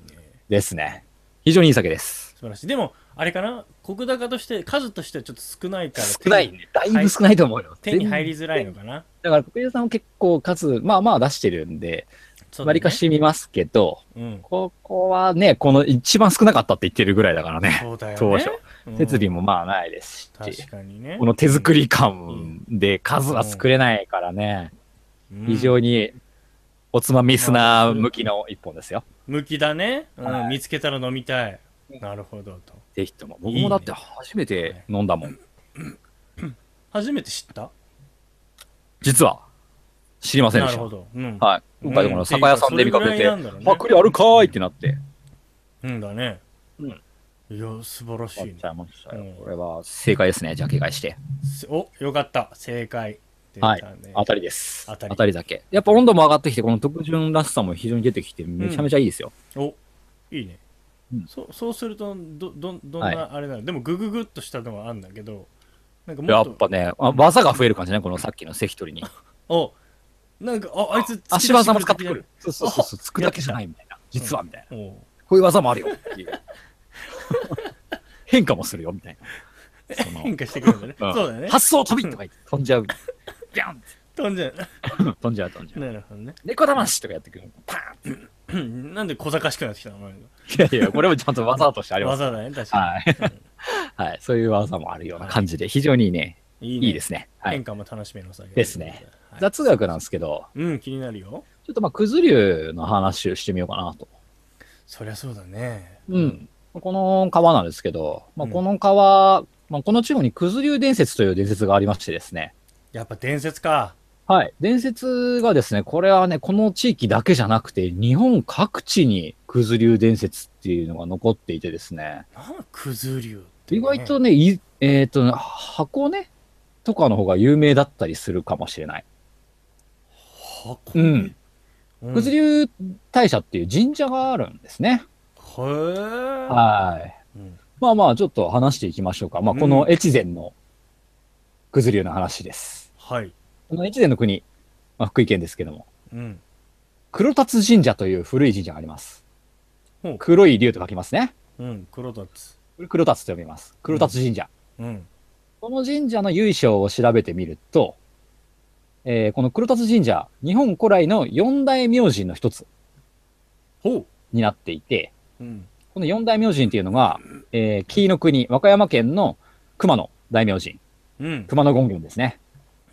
ですね。非常にいい酒です。素晴らしいでもあれかな国高として数としてはちょっと少ないから少ないね。だいぶ少ないと思うよ。手に入りづらいのかなだから、国枝さんも結構数、まあまあ出してるんで、そうだね割かし見ますけど、うんここはね、この一番少なかったって言ってるぐらいだからね。そうだよね当初うん設備もまあないですし確、かにねこの手作り感で数は作れないからね、うん非常におつまみスナー向きの一本ですよ。向きだね、うんはい見つけたら飲みたいなるほどとぜひとも。僕もだって初めて飲んだもん。初めて知った実は、知りませんなでしるたほ。ど、うんはい。今回でこの酒屋さんで見かけて、うんっていうかそれぐらいなんだろうねパクリあるかーいってなって、うんだね、うんいや素晴らしい買ねっちゃいましたようんこれは正解ですね。じゃあ、警戒して。およかった正解出はいたね当たりです。当たりだけ。やっぱ温度も上がってきて、この特潤らしさも非常に出てきて、めちゃめちゃいいですよ。おいいね、うんそそうするとどどどんはいなあれなの、でもグググっとしたのはあるんだけどなんかもやっっとぱね、あ技が増える感じね、このさっきの関取に。おなんかああいつ突き出して足技も使ってくる。そうそうそうあそう、つくだけじゃないみたいな。実はみたいな。的なおこういう技もあるよっていう。変化もするよみたいな。その変化してくるんだね、うんそうだよね発想飛びとか言って飛んじゃう。ビャンって飛んじゃう飛んじゃう飛んじゃう。なるほどね猫騙しとかやってくる。パーンうんなんで小賢しくなってきたのお前いやいや、これもちゃんと技としてあります。技だね確かはい。はい。そういう技もあるような感じで、非常にね、にいいねいいですね。はい変。化も楽しめるお酒ですねはい雑学なんですけど、うん気になるよちょっとまあ、くず流の話をしてみようかなと。そりゃそうだねうん。この川なんですけど、まあ、うんこの川、まあ、この地方にくず流伝説という伝説がありましてですね。やっぱ伝説かはい。伝説がですね、これはね、この地域だけじゃなくて、日本各地にくず流伝説っていうのが残っていてですね。なんだクズ流って意ね外とね、いえっ、と、箱根とかの方が有名だったりするかもしれない。箱う根ん。うんくず流大社っていう神社があるんですね。へえはい。うんまあまあ、ちょっと話していきましょうか。まあ、この越前のくず流の話です。はいこの越前の国、まあ、福井県ですけども、うん黒達神社という古い神社がありますほう。黒い竜と書きますね。うん黒立つこれ黒達と読みます。黒達神社。うんこの神社の由緒を調べてみると、えーこの黒達神社、日本古来の四大明神の一つほになっていて、ううんこの四大明神っていうのが、えー、紀伊の国、和歌山県の熊野大明神、うん熊野権現ですね。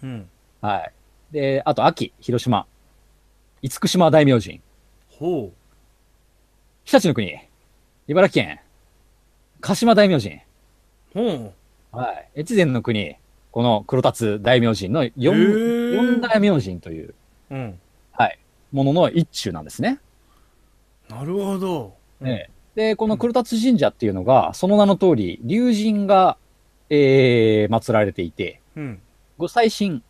うんはい。で、あと、秋、広島、厳島大明神、ほ日立の国、茨城県、鹿島大明神、うほはい。越前の国、この黒達大明神の4、へー四大明神というううんものの一中なんですね。なるほどええで、この黒達神社っていうのが、その名の通り、龍神が、えー、祀られていて、うんご祭神、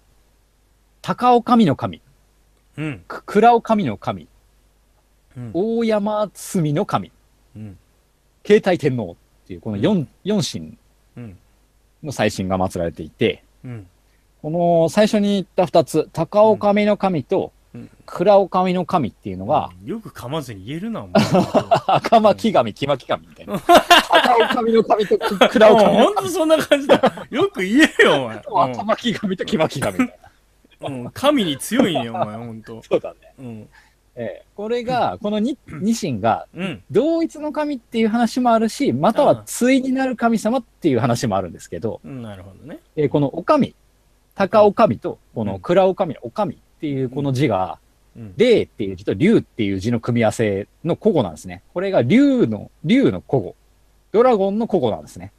高尾神の神、うんく倉尾神の神、うん大山積の神、うん慶太天皇っていうこのう四四神うんの祭神が祀られていて、うんこの最初に言った二つ、高尾神の神とうん倉尾神の神っていうのが、よく噛まずに言えるなお前も赤巻神、木巻神みたいな。高尾神の神と倉尾 う神のほんとそんな感じだよく言えよお前神と赤巻神と木巻神みたいな。うんうん神に強いねお前ほんとそうだね。うんええ、これが、この二二神が、うん同一の神っていう話もあるし、または対になる神様っていう話もあるんですけど、うんなるほどねえーこのお神、高お神と、この倉お神のお神っていうこの字が、うん霊っていう字と竜っていう字の組み合わせの古語なんですね。これが竜の、竜の古語。ドラゴンの古語なんですね。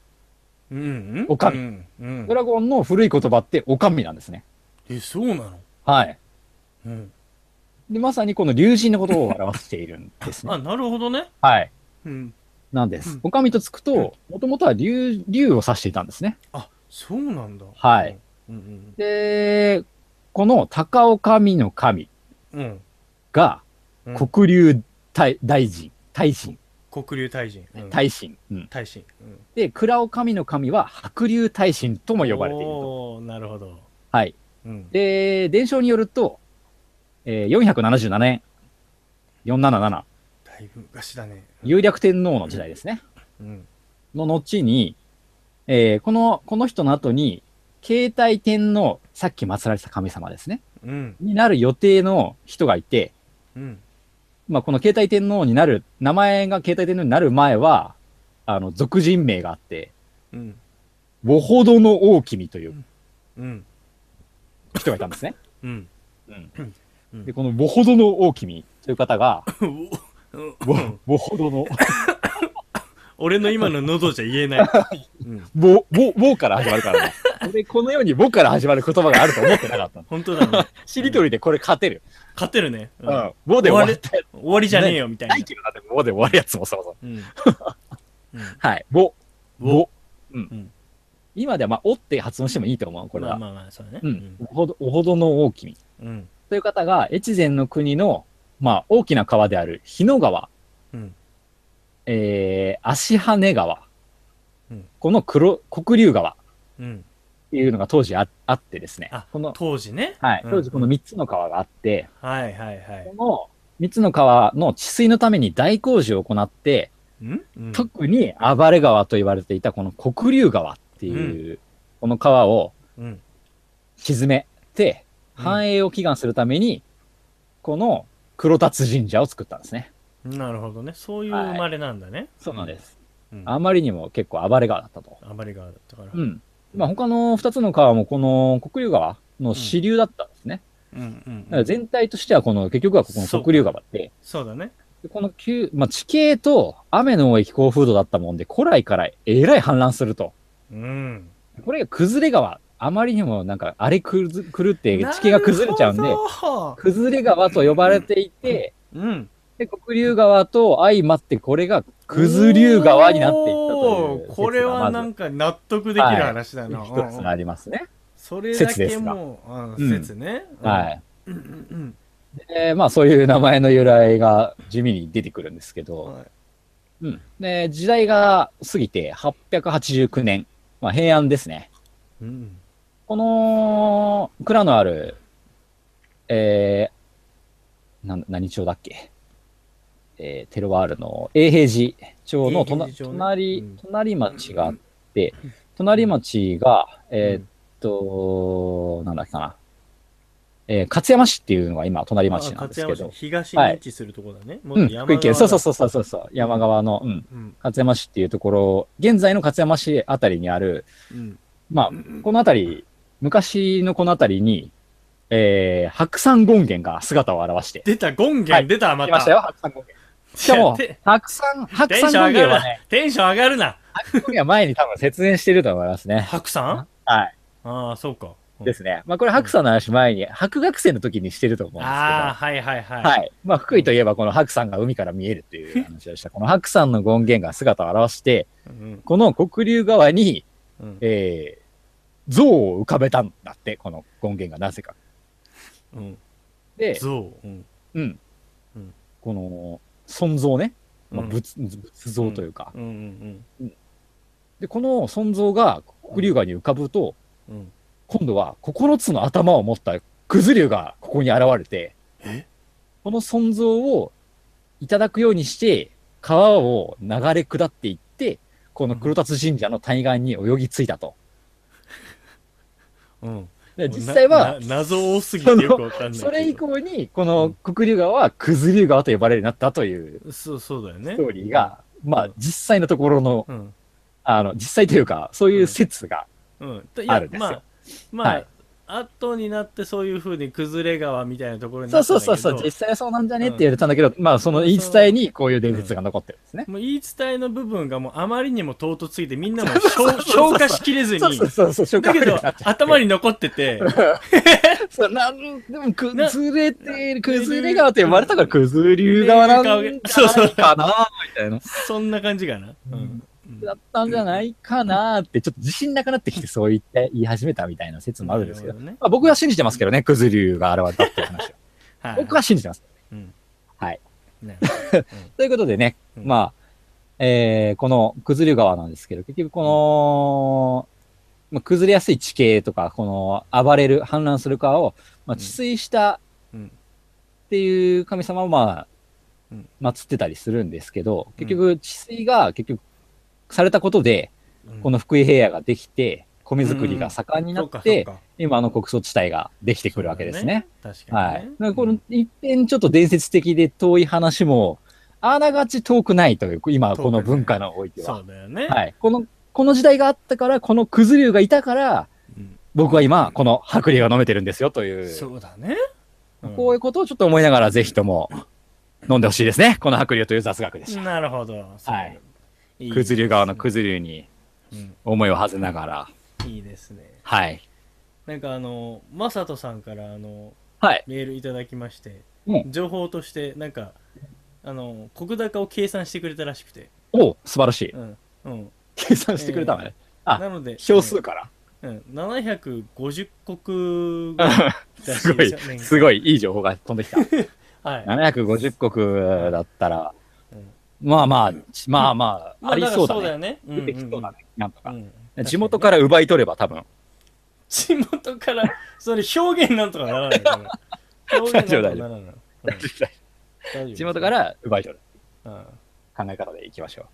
うんうんお神うんうんドラゴンの古い言葉ってお神なんですね。えそうなのはい。うんで、まさにこの竜神のことを表しているんですね あ。なるほどねはい。うんなんでうすん。お神とつくと、もともとは竜、竜を指していたんですね。あそうなんだはいうんで、この高お神の神うんうんがうん黒竜大大神、大神。黒竜大神うん大神、うん、大神うんで倉尾神の神は白竜大神とも呼ばれていると、おーなるほどはい、うんで伝承によると、えー、477年477だいぶ昔だね有略天皇の時代ですね、うんの後に、えーこの、この人の後に、携帯天皇、さっき祀られてた神様ですね。うんになる予定の人がいて、うんまあ、この携帯天皇になる、名前が携帯天皇になる前は、あの、俗人名があって、うんよほどの大君といううん人がいたんですね。うんで、このよほどの大君という方が、うよんよほどの、俺の今の喉じゃ言えない うんぼ、ぼ、ぼから始まるから ね。俺、このようにぼから始まる言葉があると思ってなかったの。本当だ ねしりとりでこれ勝てる。勝てるねうんうん。ぼで終わる。終わりじゃねえよみたいなないけどなって、ぼで終わるやつもそもそも。うんはい。ぼ、ぼ。ううんん。今では、まあ、おって発音してもいいと思う、これまあは。まあまあそうだねうん。おほど、おほどの大君。うんという方が、越前の国の、まあ、大きな川である、日野川、うんえー、足羽川、うんこの黒、黒竜川っうんていうのが当時ああってですねあ、この、当時ねはい、うん当時この3つの川があって、はいはいはいこの3つの川の治水のために大工事を行って、うんうん特に暴れ川と言われていたこの黒竜川っていう、この川をうん沈めて、うん繁栄を祈願するために、この黒達神社を作ったんですね。なるほどねそういう生まれなんだねそうなんです。うんあまりにも結構暴れ川だったと。あまりがだったからうん。まあ他の2つの川もこの黒竜川の支流だったんですね。うんうんだから全体としてはこの結局はここの黒竜川って、そうだねでこの旧、まあ地形と雨の多い気候風土だったもんで、古来からえらい氾濫すると。うんこれが崩れ川。あまりにもなんか荒れくず狂って地形が崩れちゃうんでなる、ほど崩れ川と呼ばれていて、うんで、黒竜川と相まってこれが崩竜川になっていったというお説がーまず。これはなんか納得できる話だな、一つありますね。それだ説でけすがもう、うんうん説ね、うんはい。うんうんえーまあそういう名前の由来が地味に出てくるんですけうんど、はいうん、で時代が過ぎて889年、まあ、平安ですね。うんこの蔵のある、えー、なん何町だっけ、えーテロワールの永平寺町の永平寺隣町ね隣,、うん隣町があって、隣町が、えーっと、なんだっけかな、えー勝山市っていうのが今隣町なんですけあ勝山ど市、東に位置するとこだね、もっうとん、山福井県、そう側だそうそうそうそうそう、山側の、うん、うん勝山市っていうところ、現在の勝山市あたりにある、うんまあ、このあたり、昔のこのあたりに、えー、白山権現が姿を現して、出た権は現い出たま来たましたよ、白山権現。しかもいやて、白山、白テンション山上権現がるなはね、テンション上がるな白山権現は前に多分節電してると思いますね。白さんはい。ああそうか、うんですね。まあ、これ白山の話前に、白学生の時にしてると思うんですけど。ああはいはいはい、はい。まあ、福井といえば、この白山が海から見えるっていう話でした。この白山の権現が姿を現して、うんこの黒竜川に、うんえー、像を浮かべたんだって、この権現がなぜか。うん、で、象、うんうん。うんこの、尊像ね。まあ、うん仏、仏像というか。うんうんで、この尊像が黒竜川に浮かぶと、うんうん今度は9つの頭を持ったクズ竜がここに現れてえ、この尊像をいただくようにして、川を流れ下っていって、この黒達神社の対岸に泳ぎ着いたと。うんで実際は、なな謎多すぎてよくわかんないけどそれ以降に、この黒竜川はクズ竜川と呼ばれるようになったというそうそうだよねストーリーが、まあ実際のところの、うんあの、実際というか、そういう説が、うん、いあるんですよまあ、まあはい後になってそういうふうに崩れ川みたいなところにそなうったそんうそだけどうそう、実際はそうなんじゃねって言われたんだけど、まあその言い伝えにこういう伝説が残ってるんですね。もう言い伝えの部分がもうあまりにも唐突すぎてみんなもう消消化しきれずにそうそうそうそう、消化だ不け良どになっちゃう頭に残っててそうなん、でもくな崩れてる、崩れ川って呼ばれたから崩れ川なんじゃないそうそうかな、みたいな。そんな感じかな、うんだったんじゃないかなって、ちょっと自信なくなってきて、そう言って言い始めたみたいな説もあるんですけど、なるほどねまあ、僕は信じてますけどね、クズリュウが現れたっていう話をはい僕は信じてます。うんはいなるほということでね、うんまあ、えー、このクズリュウ川なんですけど、結局この、まあ、崩れやすい地形とか、この暴れる、氾濫する川を、まあ、治水したうんうんっていう神様をまあうん、祀ってたりするんですけど、結局治水が結局されたことで、うんこの福井平野ができて、米作りが盛んになそうっかて、そうか今あの穀倉地帯ができてくるわけですね。確かはにいね。だからこの一辺ちょっと伝説的で遠い話も、あながち遠くないという、今この文化のおいてそは。うだよね。はい。この、この時代があったから、このクズ竜がいたから、うん僕は今、この白竜が飲めてるんですよという、そうだね。こういうことをちょっと思いながら、ぜひとも飲んでほしいですね。この白竜という雑学でした。なるほど。そうはい。いいクズ竜側のクズ竜にうん思いを馳せながら、いいですね。はい。なんかあの、マサトさんからあの、はい。メールいただきまして、うん情報として、なんか、あの、国高を計算してくれたらしくて。おう素晴らしい。うん。うん。計算してくれたのね。あなので、票数から。うん。750 国らしすごでいよ、年間すごい、いい情報が飛んできた。はい。 750国だったら、うんまあまあ、ちまあまあ、まありそうだだよね。ね。出てきそうだね。なんとうかんう。んうん地元から奪い取れば多分。地元から、それ表現なんとかならな いから。表現なんとかならない。うん地元か、ら奪い取る大丈夫考え方でいきましょう。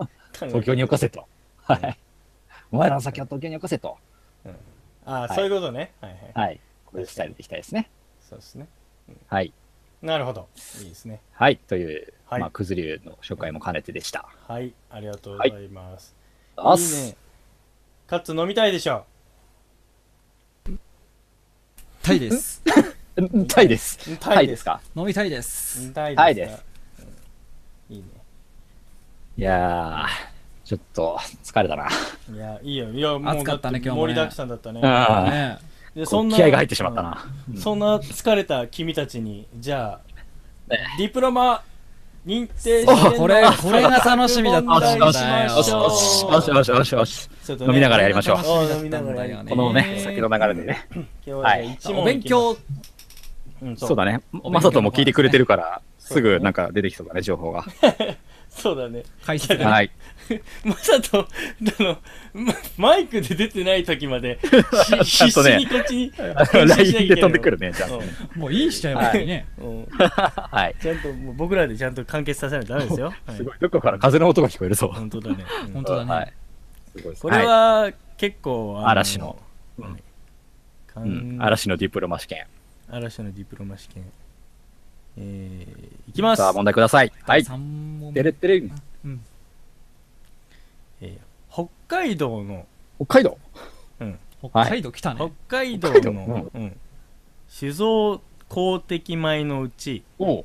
うん東京によこせと。はい。お前らの先は東京によこせと。あはあ、いそういうことね。はいはい。はい。これで伝えていきたいですね。そうですね。はい。なるほど。いいですね。はい。という、はいまあ、くず流の紹介も兼ねてでした。はい、ありがとうございます。あっいいね。カッツ飲みたいでしょ。タイです。うんタイです。タイですか飲みたいです。飲みたいです。タイですうん。いいね。いやー、ちょっと疲れたな。いや、いいよ。いや、もう暑かったねだて今日もね盛りだくさんだったね。うんねでこう気合が入ってしまった。な。うんそんな疲れた君たちに、じゃあ、ディプロマ認定試験のこれこれが楽しみだったんだよ問題にしましょうよしよしよしよしよしよし。ちょっとね飲みながらやりましょうお飲みながらやりましょこうのね、先の流れでね。今日はねはい一問お勉強うんそそううだだね。まさとも聞いてくれてるから、すぐなんか出てきそうだね、情 報が。そうだね解説がはい。まさとあのまマイクで出てない時 までちゃんし必と死ねにこっちに LINE で飛んでくるね、じゃもういいしちゃえばいいね。うんうんあ。はい。ちゃんともう僕らでちゃんと完結させないとダメですよ、は いすごい。どこから風の音が聞こえるぞ。本当だね、うん本当だね。はいすごいですこれいは結構、あ嵐の、うんかんうん嵐のディプロマ試験。嵐のディプロマ試験えー、いきますさあ、問題ください。はい。三問てれってれ。うんえー北海道の北海道。北海道来た北ね。海道北の海道うん酒造公的米のうちおう。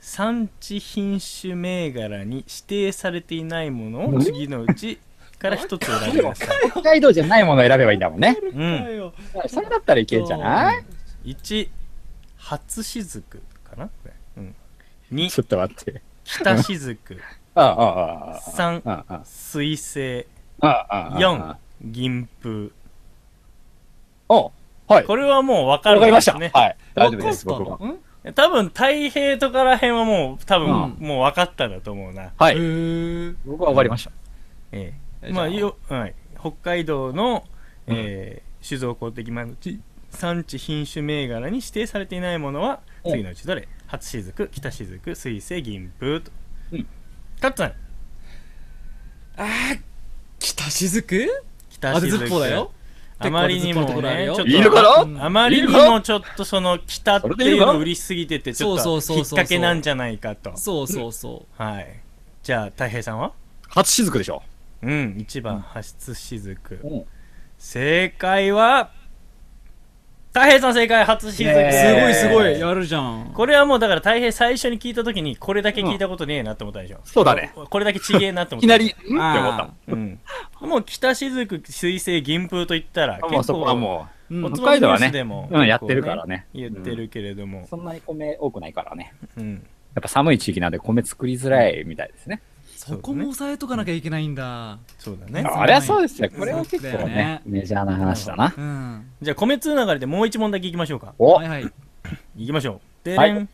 産地品種銘柄に指定されていないものを何次のうちから一つ選びなさい、北海道じゃないものを選べばいいんだもんね。うん、それだったらいけるじゃない1初雫かなこれ、うん、ちょ2っと待って。北雫ああ、ああ、 3ああ、水星ああ、ああ。 4銀風おはい。これはもう分かわるかりでましすた。はねい。大丈夫です、わかっ僕たのは。うん多分太平とから辺はもう多分うんもう分かったんだと思うな、はへい。ー僕はわかりました。えええまあじゃあよ、はい、北海道の、えー酒造公的米のうち産地品種銘柄に指定されていないものはうん次のうちどれ初雫北雫水星銀風と、うんカッツン北雫北あ雫れずっぽうだよ。あまりにもねちょっといるかなあまりにもちょっとその北っそてれでいいいうかの売りすぎててちょっそとうそう引そうそっう掛けなんじゃないかとそうそうそはいじゃあたい平さんは初雫でしょ。うん1番初雫、うん正解はたい平さん正解初雫、う。ねすごいえーすごい、やるじゃん。これはもうだから大平最初に聞いた時にこれだけ聞いたことねえなって思ったでしょ、そうだね。これだけちげえなってい思っきたなり、でんしって思ったもん。ょ、うん、もう北雫水星銀風といったらあもうそこはもうおんつ北まみ海ニ道ュはーねスでも、う、うん、やってるからね。言ってるけれどうん。も、そんなに米多くないからね。うんやっぱ寒い地域なんで米作りづらいみたいですね。そこも押さえとかなきゃいけないんだ。そうだねんあれはそうですよ。うんこれは結そうだ構よねね、メジャーな話だな。うん。じゃあ米通流れでもう一問だけいきましょうかおはいはい。いきましょうでれん、は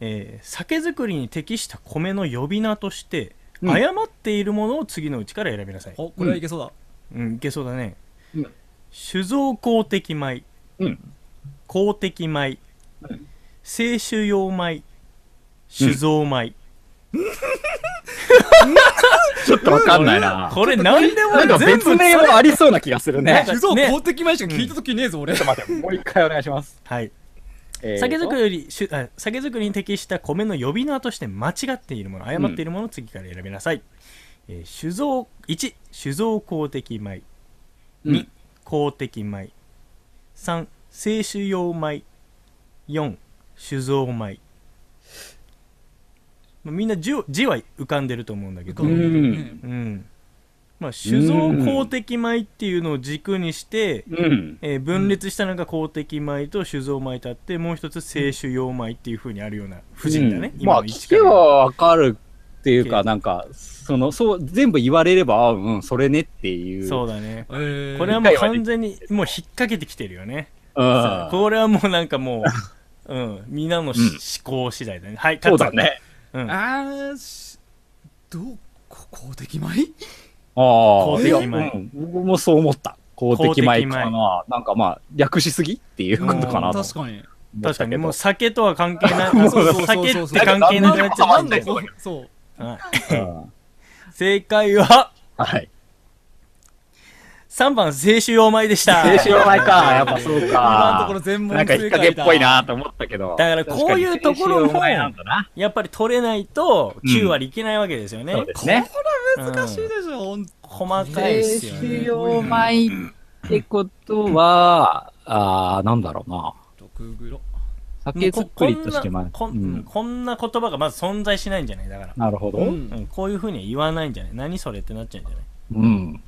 えー酒造りに適した米の呼び名として、うん誤っているものを次のうちから選びなさいお、これはいけそうだ。うん、いけそうだね。うん酒造公的米。うん公的米。うん清酒用米。酒造米。ちょっとわかんないな。これ何でもなんか別名もありそうな気がするね。ね嘘公的前しか聞いた時ねえぞ、俺。待って、もう一回お願いします。はいえーと酒造りよりしゅあ酒造りに適した米の呼び名として間違っているもの誤っているものを次から選びなさい、えー酒造1酒造公的米うん2公的米3清酒用米4酒造米まあみんな字を字は浮かんでると思うんだけど、う。うんうんまあ、酒造公的米っていうのを軸にして、うん。えー分裂したのが公的米と酒造米とあって、もう一つ清酒用米っていうふうにあるような布陣だね、うんま今あ、の位置聞かけらばわかるっていうけか、どなんか、その、そう、全部言われれば、あうん、それねっていう。そうう。だねえーこれはもう完全にもう引っ掛けてきてるよねうん。これはもうなんかもう、うん、みんなのしうん思考次第だねはいそう勝ださんね。うんあーし、どう、こ公的米ああ、公いや的米うん僕もそう思った。公的米か公的な。なんかまあ、略しすぎっていうことかなと思確かに。った確かにもうけ酒とは関係な いもうそうそうそうそう酒そうって関係なくなっちゃなうんんかだ何よでもそう。はいどうん正解ははい。 3番清酒用米でした青春はないか。やっぱそ今うのとこかろ。全問なんか引っ正掛解けっぽいなと思ったけど。だからこういうところ確もかに青春はないなんだな。やっぱり取れないとうん9割いけないわけですよね、そうですね。難しいでしょ、ほんと細かいっすよ青ね春用米ってことは、ああ、なんだろうな。グーグロ。酒造りとしてもまうあここうんんなこんこんな言葉がまず存在しないんじゃないだから、なるほど。うんうん、こういうふうには言わないんじゃない何それってなっちゃうんじゃないうん。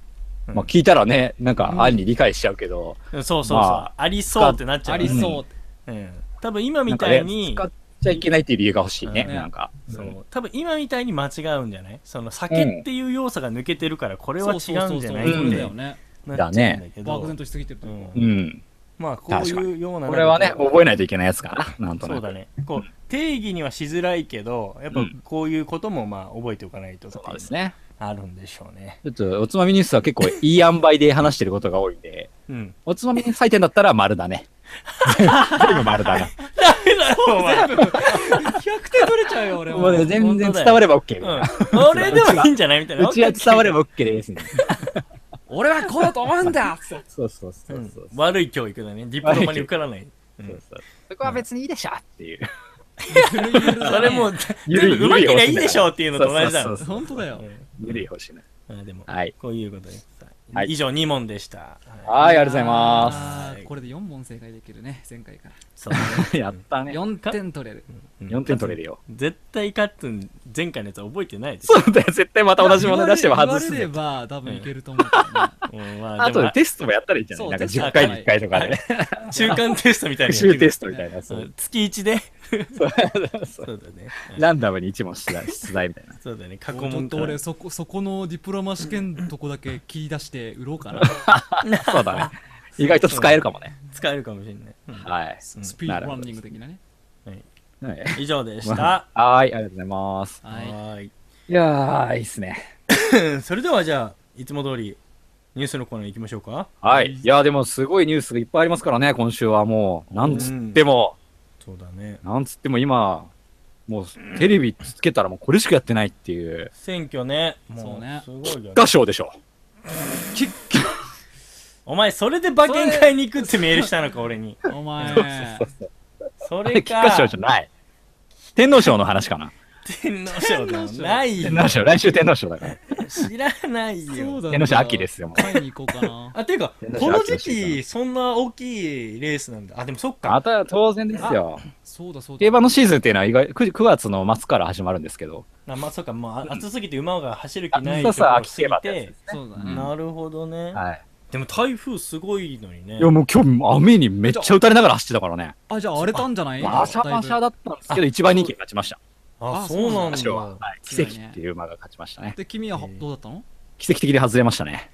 まあ聞いたらね、なんか案に理解しちゃうけど、うんそうそうそう、まあ、りそうってなっちゃあうよりね、そう。うん、多分今みなんかたねいに、使っちゃいけないっていう理由が欲しいね。うんなんか。そう多分今みたいに間違うんじゃないその酒っていう要素が抜けてるからこれは違うんじゃないそってうそうそうそうだよなね。っちゃうんだけ漠ど、然としすぎてるとう、いうか。うんん。まあこういうようなこれはね、覚えないといけないやつかな。なんとなそうく。だねこう定義にはしづらいけどやっぱうんこういうこともまあ覚えておかないとっていそうですうのね。あるんでしょうねちょっと、おつまみニュースは結構いい塩梅で話してることが多いんで、うん おつまみ採点だったら丸だね。全部丸 だな。お前100点取れちゃうよ、俺もうねは。全然伝われば OK みたいな。うん、それではいいんじゃないみた いな。うちは伝われば OK ですね。俺はこうだと思うんだそうそうそううんそう。悪い教育だね。ディプロマに受からない。うんそうそうそこは別にいいでしょっていう。それもう、ゆるい全部うまけりゃいいでしょっていうのと同じだそうろ そ。本当だよ。無理欲しいな。うんあでも、はい。こういうことです。はい以上、2問でした。ははい、ありがとうございまあーこれで4問正解できるね、前回から。いそうねす。やったね。 4点取れる。うん4点取れるよ。絶対カッツン、前回のやつ覚えてないでしそうだよ、絶対また同じもの出しては外言すわぜれれば多分いけると思うけ どね。ょ。うんまあでもとテストもやったらいいんじゃないそうなんかテスト10回に1回とかでね。中間テストみたい復 なやつ。習テストみたいな。うそうん月1で。そそううだね。うんランダムに1問出題出題みたいな。そうだね。過ち去ょっ問かとら俺そこそこのディプロマ試験のとこだけ切り出して売ろうかなそうだね。意外と使えるかもね。使えるかもしれないうん。はい。うんスピードランニング的なねはい以上でした。はい、ありがとうございます。はいはーい。いやー、いいっすね。 それではじゃあいつも通りニュースのコーナー行きましょうかはい。いやー、でもすごいニュースがいっぱいありますからね、今週はもう。なんつっても、そうだねなんつっても今、もうテレビつけたらもうこれしかやってないっていう。選挙ねもそううねすごいよね合唱でしょ。お前それで馬券買いに行くってメールしたのか俺にお 前そあれれ菊花賞かじゃない。天皇賞の話かな。天皇賞でもないよ天皇賞、来週天皇賞だから。知らないそうよだ天皇賞秋で すよもう買いに行こうかなあていうか天皇賞この秋時らしいから期そんな大きいレースなんだあでもそっまかた当然ですよ。そうだそうだ競馬のシーズンっていうのは意外 9, 9月の末から始まるんですけど、あまあそっかもうあ暑すぎて馬が走る気ないそうとそこうろ秋す競ぎ馬ってやつてですそうだうねんなるほどねはい、でも台風すごいのにねいやもう今日雨にめっちゃ打たれながら走ってたからねあじゃあ荒れたんじゃないバシャバシだャだったんですけど一番人気が勝ちましたああそうなん馬だ賞は、はい、奇強いね跡っていう馬が勝ちましたねで君はえーどうだったの奇跡的に外れましたね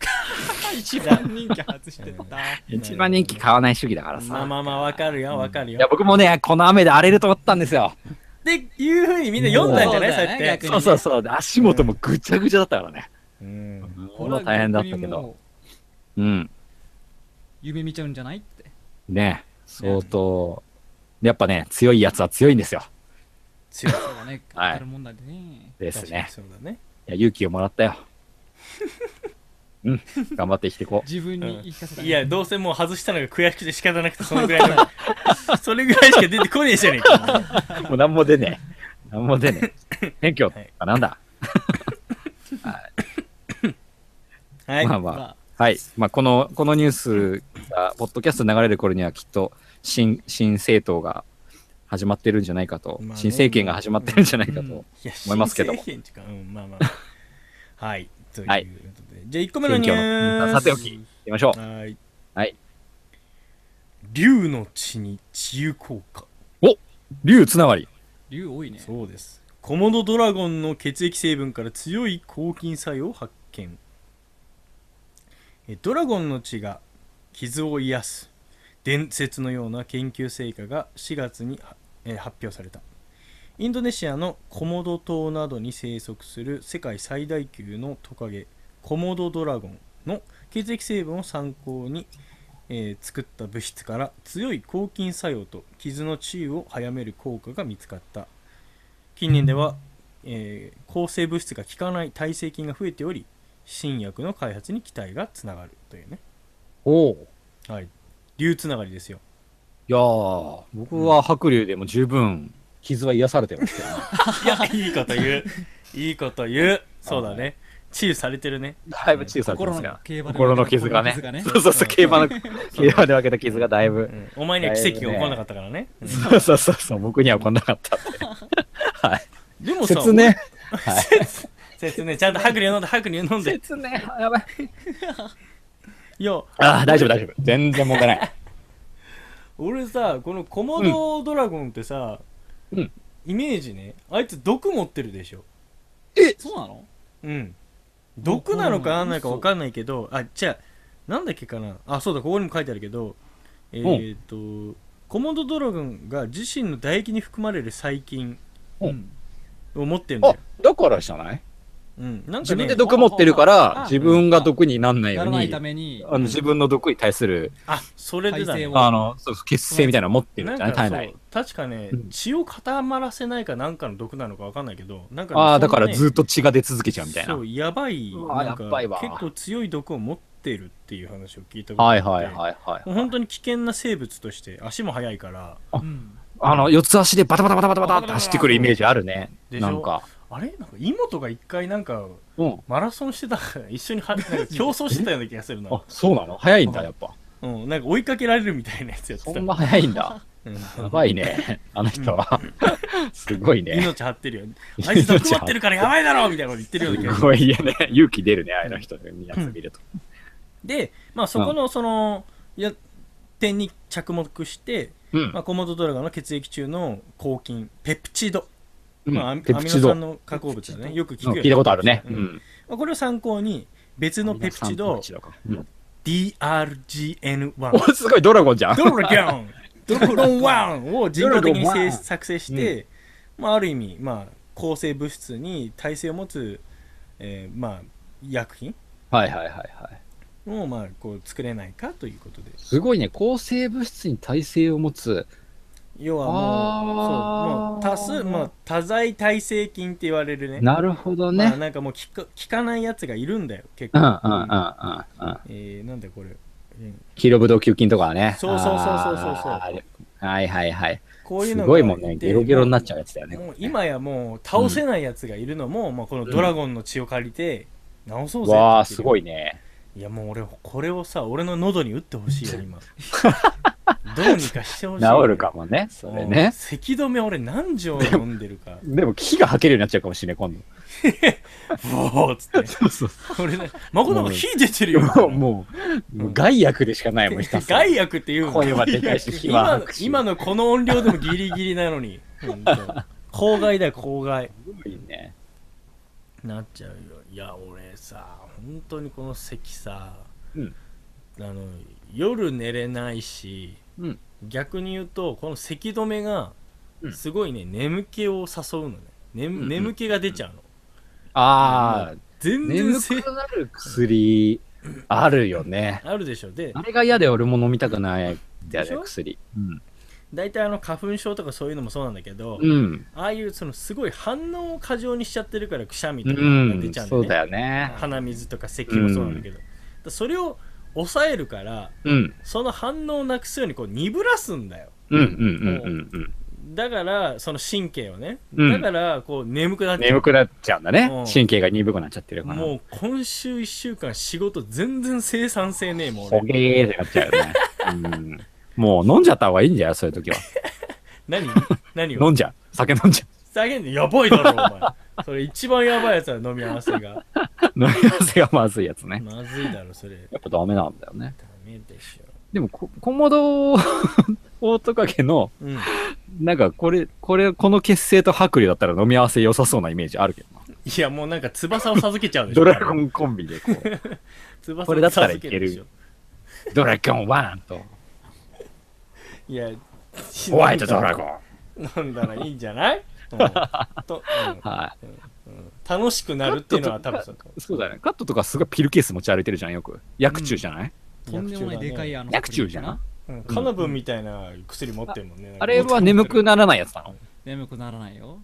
一番人気外して た一番人気買わない主義だからさ、まあまあまあわかるよわかるいよや僕もねこの雨で荒れると思ったんですよっていうふうにみんな読んだんじゃないうんそうやっそうだよね逆て。にそうそうそうで足元もぐちゃぐちゃだったからね、うんこれは大変だったけどうん夢見ちゃうんじゃないってね相当やっぱね強いやつは強いんですよ強い。そうだね はい当たるもんだねですねそうだね。や、勇気をもらったよ。 うん、頑張って生きていこう。自分にうん言い聞かせた、いや、どうせもう外したのが悔しくて仕方なくて、そのぐらいの。 それぐらいしか出てこねえじゃねえか。もう何も出ねえ。何も出ねえ。選挙あなんだ。はい。まあまあ。はい。まあ、この、このニュースが、ポッドキャストに流れる頃にはきっと、新、新政党が始まってるんじゃないかと、まあね新政権が始まってるんじゃないかと。うんうんいや思いますけども新政権っていうかうん、まあまあ。はい。というはいことで。じゃあ、1個目の選ニュ挙の、ース。さておき、行きましょう。はい。はい。竜の血に治癒効果。竜つながり。竜多いねそうです。コモドドラゴンの血液成分から強い抗菌作用を発見。えドラゴンの血が傷を癒す伝説のような研究成果が4月にはえー発表された。インドネシアのコモド島などに生息する世界最大級のトカゲコモドドラゴンの血液成分を参考に、えー作った物質から強い抗菌作用と傷の治癒を早める効果が見つかった近年では、えー抗生物質が効かない耐性菌が増えており新薬の開発に期待がつながるというね、おお。はい、流つながりですよいやー、僕は白竜でも十分、傷は癒されてますけどね。 いやいいこと言ういいこと言うそうだね治癒されてるねだいぶ治癒されてま心のすが。競馬で心の傷がね。心のそうそうそう、競馬の、競馬で分けた傷がだいぶう。んお前には奇跡が起こらなかったからねうんそうそうそうそう、僕には来なかったって。はい。でもさ説明。 説明ちゃんと白龍飲んで白龍飲んで説明。やばい。いやああ、大丈夫、大丈夫。全然問題ない。俺さこのコモドドラゴンってさ、うんイメージねあいつ毒持ってるでしょそうなのうん毒なのかうんなんないか分かんないけどあじゃあなんだっけかなあそうだここにも書いてあるけどえっ、と、コモドドラゴンが自身の唾液に含まれる細菌うんを持ってるんだあよ、、だからじゃないうん、なんか自ね分で毒持ってるかあらあ、自分が毒になんないよならうないに、たあめにの、自分の毒に対する、あそれでだ耐ね性をあの、そうそう血清みたいなの持ってるなんんじゃないか体内そう。確かねうん血を固まらせないかなんかの毒なのか分かんないけどなんかね、ああ、だそかんならねずっと血が出続けちゃうみたいな。そはうやばいなんうかわやばいわ結構強い毒を持ってるっていう話を聞いたことがあっいてはいはいはい。もう本当に危険な生物として足も速いからうんあの、四つ足でバタバタバタバタバタって走ってくるイメージあるね。でしょなんか。あれなんか妹が一回なんかうん。マラソンしてたから一緒にはなんか競争してたような気がするなあ、、そうなの早いんだ、やっぱ。うん、なんか追いかけられるみたいなやつやってそたんな早いんだ。うんやばいね。あの人は。すごいね。命張ってるよあいつ毒持ってるからやばいだろみたいなこと言ってるような気がすするごい、いやね、勇気出るね、ああいうの人のやつ見ると。でまあそこのその、いや点に着目して、うんま。あ、コモドドラゴンの血液中の抗菌ペプチド、うんまあ、アミペアプミチノド。う酸んの加工物だねよく聞くよね聞いたことあるね。ううんん。まあ、これを参考に別のペプチドペプかうん DRGN1 おすごい、 ドラゴンじゃん。ドラゴンドラゴン1を人工的にドラゴンせい1作成して、まあ、ある意味、まあ、抗生物質に耐性を持つ、えーまあ、薬品はいはいはいはい。を、まあ、こう作れないかということですごいね、抗生物質に耐性を持つ。要はもうそうもうあー多数、まあ、多剤耐性菌って言われるねなるほどまあ、ね。なんかもう効か効かないやつがいるんだよ結う構、んうんうんうんうん。えーなんだこれ、うんキロブド球菌とかはね。そうそうそうそうそうそうあーはいはいはい。こういうすのがごいもんね、てゲロゲロになっちゃうやつだよね。もう今やもう倒せないやつがいるのも、まあ、このドラゴンの血を借りて直そうぜわあ、すごいいね。いやもう俺これをさ俺の喉に打ってほしいよ 今どうにかしてほしい治るかもね、それうんね。咳止め俺何錠飲んでるかでも、火が吐けるようになっちゃうかもしれない、今度。ブォーっつって そうそう俺ね孫なんか火出てるよもう、もう、もう害悪でしかないもん、ひたすら。害悪っていうの声はでかいし火は今の白紙今のこの音量でもギリギリなのに本当 公害だよ公害悪いね。なっちゃうよいや俺さ本当にこの咳さ、うんあの夜寝れないし、うん逆に言うとこの咳止めがうんすごいね、眠気を誘うのね眠んうん眠気が出ちゃうの、ああ、全然眠せくなる薬、あるよね。あるでしょであれが嫌で俺も飲みたくない。やでしでょ薬。うん。大体あの花粉症とかそういうのもそうなんだけど、うん。ああいうそのすごい反応を過剰にしちゃってるからくしゃみうとかが出んちゃうんだそようねだよね。鼻水とか咳もそうなんだけど、だからそれを抑えるからうん。その反応をなくすようにこう鈍らすんだようんうんうんうんだからその神経をね、うんだからこう眠くなうっん。ちゃう眠くなっちゃうんだうねん。神経が鈍くなっちゃってるから。もう今週1週間仕事全然生産性ねえもんほ俺げーってなっちゃうよね。うん。もう飲んじゃった方がいいんじゃよ、そういう時は。 何何を飲んじゃう。酒飲んじゃう。叫んでやばいだろお前それ一番やばいやつは飲み合わせが飲み合わせがまずいやつね。まずいだろそれやっぱダメなんだよね。ダメでしょでもこ、コモド オオトカゲの、うんなんかこれ、これ、この結成と白竜だったら飲み合わせ良さそうなイメージあるけどな。いやもうなんか翼を授けちゃうでしょドラゴンコンビでこう、翼をこれだったらい授けけるるでしょ ドラゴンワンと、いやホワイトドラゴン。飲んだらいいんじゃない、うんとうんは楽しくなるっていうのは多分そうかもい。そうだね。カットとかすごいピルケース持ち歩いてるじゃん、よく。薬中じゃない、とんでもないでかいあの薬中じゃんうんカナブンみたいな薬持ってるもんね、あれは眠くならないやつなの眠くならないよ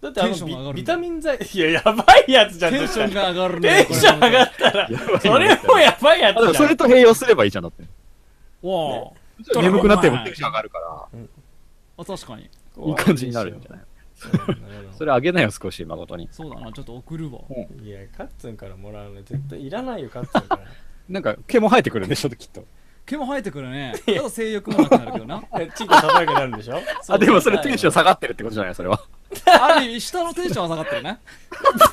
だってあテンション上がるんのだビビタミン剤いややばいやつじゃんテンションが上がるテねンション上がったらそれもやばいやあでもつじそゃんれと併用すればいいじゃんだって。おお眠くなってもテンション上がるから、あ確かにいい感じになるんじゃないそれあげなよ、少し、誠に。そうだなちょっと送るわいやカッツンからもらうの絶対いらないよカッツンからなんか、毛も生えてくるんでしょ、きっと。毛も生えてくるねただ性欲もなくなるけどなえチンコ高くなるんでしょあ、でもそれテンションン下がってるってことじゃない、それは。ある意味下のテンションは下がってるね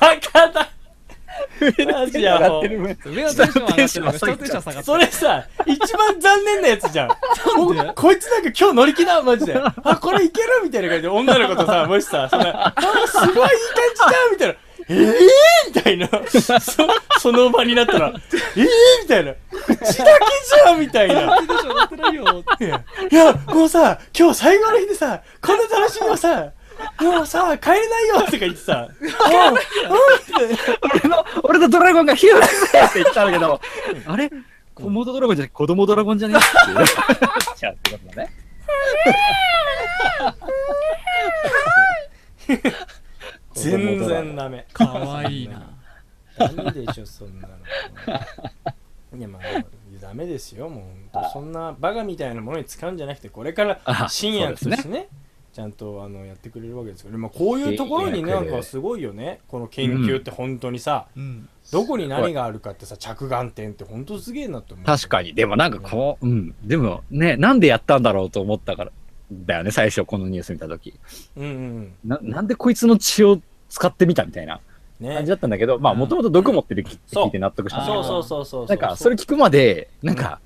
バカだマジやもう分。上のテンションは上がってるけど下 下ののテテンンシショョンンは下がって そるれさ一番残念なやつじゃんなんでおこいつなんか今日乗り気だマジであこれいけるみたいな感じで女の子 とさもしさそんなあすごいいい感じだみたいなええー、みたいなそその場になったらええー、みたいな口だけじゃんみたいなテンション上がってないよいやいやもうさ今日最後の日でさこんな楽しみをさもうさ帰れないよとか言ってさ「あ俺の、俺のドラゴンがヒューって言ったんだけど、あれコモドドラゴンじゃなくて子供ドラゴンじゃねえって いう。ちゃうってことだね。全然ダメかわいいなダメでしょそんなのいやまあダメですよもう本当そんなバカみたいなものに使うんじゃなくてこれからあ新薬そうとでしてすねちゃんとあのやってくれるわけですけど、まあ、こういうところにねいいな薬んでかすごいよねこの研究って本当にさ、うんどこに何があるかってさ着眼点って本当すげえなって思う確かに。でもなんかこう、うん。でもね、なんでやったんだろうと思ったから、だよね、最初このニュース見たとき。にうんうんな、なんでこいつの血を使ってみたみたいな感ねじだったんだけど、まあうんもともと毒持ってるきって聞いて納得したんだけどそうそうそうそうなんか、それ聞くまで、なんか、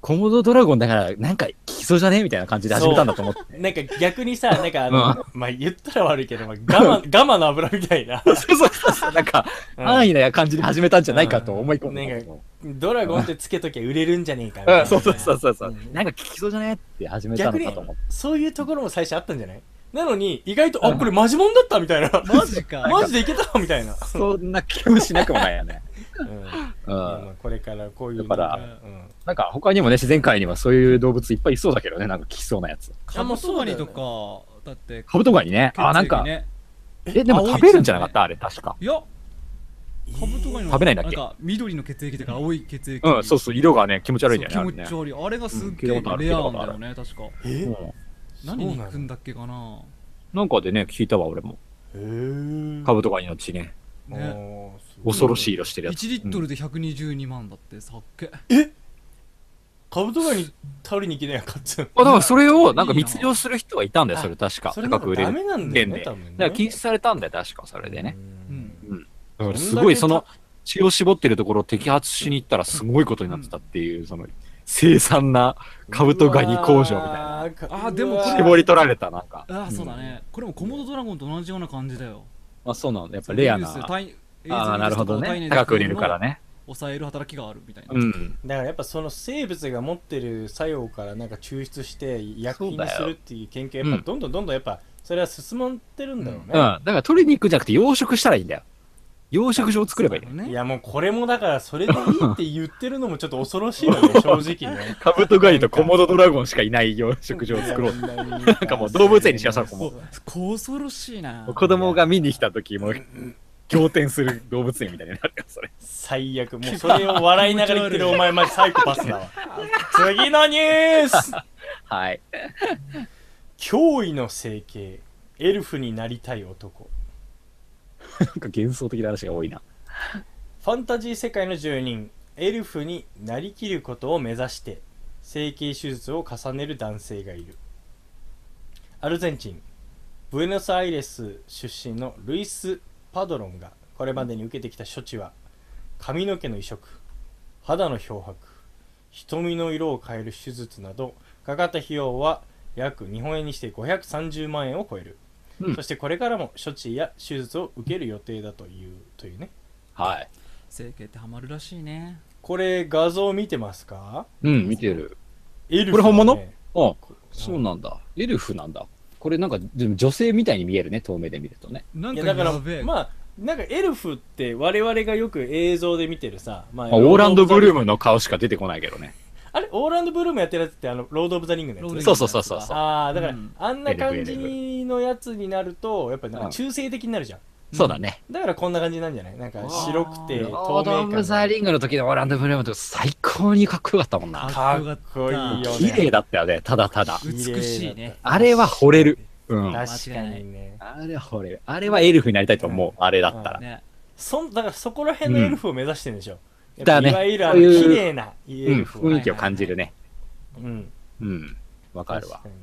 コモドドラゴンだから、なんか、効きそうじゃねみたいな感じで始めたんだと思って。なんか逆 にさなんかあの、まあ言ったら悪いけど、まあ、我慢我慢の油みたいなそうそうそう。なんか、うん安易な感じで始めたんじゃないかと思い込んうんで。ドラゴンってつけときゃ売れるんじゃねえかみたいうんなそうそうそうそうそううん。なんか効きそうじゃねって始めた逆のにかと思って。そういうところも最初あったんじゃないなのに意外とあこれマジモンだったみたいな マジか マジでいけたみたいな、そんな気もしなくもないよね。うんいやうまん。あこれからこういうだからなんうんなんか、他にもね、自然界にはそういう動物いっぱいいそうだけどね、なんか効きそうなやつ。カブトガニとかだってカブトガニね。あ、なん血か液、ねえ、でも食べるんじゃなかったあれ、確か。いやカブトガニの食べないんだっけなんか緑の血液とか青い血液うん、そうそう、色がね、気持ち悪いんだそうよ気持ねあちれ悪ね。いあれがすっげうえん聞いたことあるレアなんだよね確かえうん何に行くんだだっけかななんかでね、聞いたわ、俺も。へえカブトガニの血ね。ね恐ろしいい色してるやつ。 1リットルで122万だってさっけカブトガニ取りに行けないよカッツンあ、だからそれをなんか密漁する人はいたんだよ、それ確か。それな高くんか売れダる。メなんだよね原で多分ねだから禁止されたんだよ、確か、それでね。ううんんだからそんだけすごい、その血を絞ってるところを摘発しに行ったらすごいことになってたっていう、その、凄惨なカブトガニ工場みたいな。うわーあーでもうわー絞り取られた、なんか。ああそうだねこれもコモドドラゴンと同じような感じだよまあそうなの、やっぱレアな。そのウイルス対ああ、なるほどね。映像ウイルスとか体内で高く売れるからね。抑える働きがあるみたいなうん。だからやっぱその生物が持ってる作用からなんか抽出して薬そう品にだすよるっていう研究やっうんぱどんどんどんどんやっぱそれは進まってるんだろうね、うん。だから取りに行くんじゃなくて養殖したらいいんだよ。養殖場を作ればいいね。いねやもうこれもだからそれでいいって言ってるのもちょっと恐ろしいよね正直 ねカブトガニとコモドドラゴンしかいない養殖場を作ろう。 なんかもう動物園にしましょうも恐ろしいな子供が見に来た時も、仰天する動物園みたいになるよ、それ。最悪もうそれを笑いながら言ってるお前マジサイコパス だわ次のニュースはい。驚異の整形エルフになりたい男なんか幻想的な話が多いな。ファンタジー世界の住人エルフになりきることを目指して整形手術を重ねる男性がいるアルゼンチンブエノスアイレス出身のルイス・パドロンがこれまでに受けてきた処置は髪の毛の移植肌の漂白瞳の色を変える手術などかかった費用は約日本円にして530万円を超える、うんそしてこれからも処置や手術を受ける予定だというというねはい。整形ってハマるらしいねこれ画像見てますかうん、見てる。エルフ、ね、これ本物あ、そうなんだ。エルフなんだ。これなんか、でも女性みたいに見えるね、遠目で見るとね。なんいかやだからやべえまあなんかエルフって我々がよく映像で見てるさ、まあまあオーランド・ブルームムの顔しか出てこないけどね。あれオーランド・ブルームやってるやつってあのロード・オブ・ザ・リングのやつ、ロードオブザリングそうそうそうそうそう。ああだから、うんあんな感じのやつになるとやっぱなんか中性的になるじゃん、そうだね。だからこんな感じなんじゃないなんか白くてえ透ーロード・オ明ブ・ザ・感リングの時のオーランド・ブルームとか最高にかっこよかったもんな。かっこいいよ綺麗ねだったよね、ただただ。美しいねあれは惚れる。うん。あ確かにねれは惚れる。あれはエルフになりたいと思う、あれだったら。ねそんだからそこら辺のエルフを目指してるんでしょ、やっぱだねいわゆるあそういのう綺麗なエうん、ルフを雰囲気を感じるね。うんうん。わかるわ確。に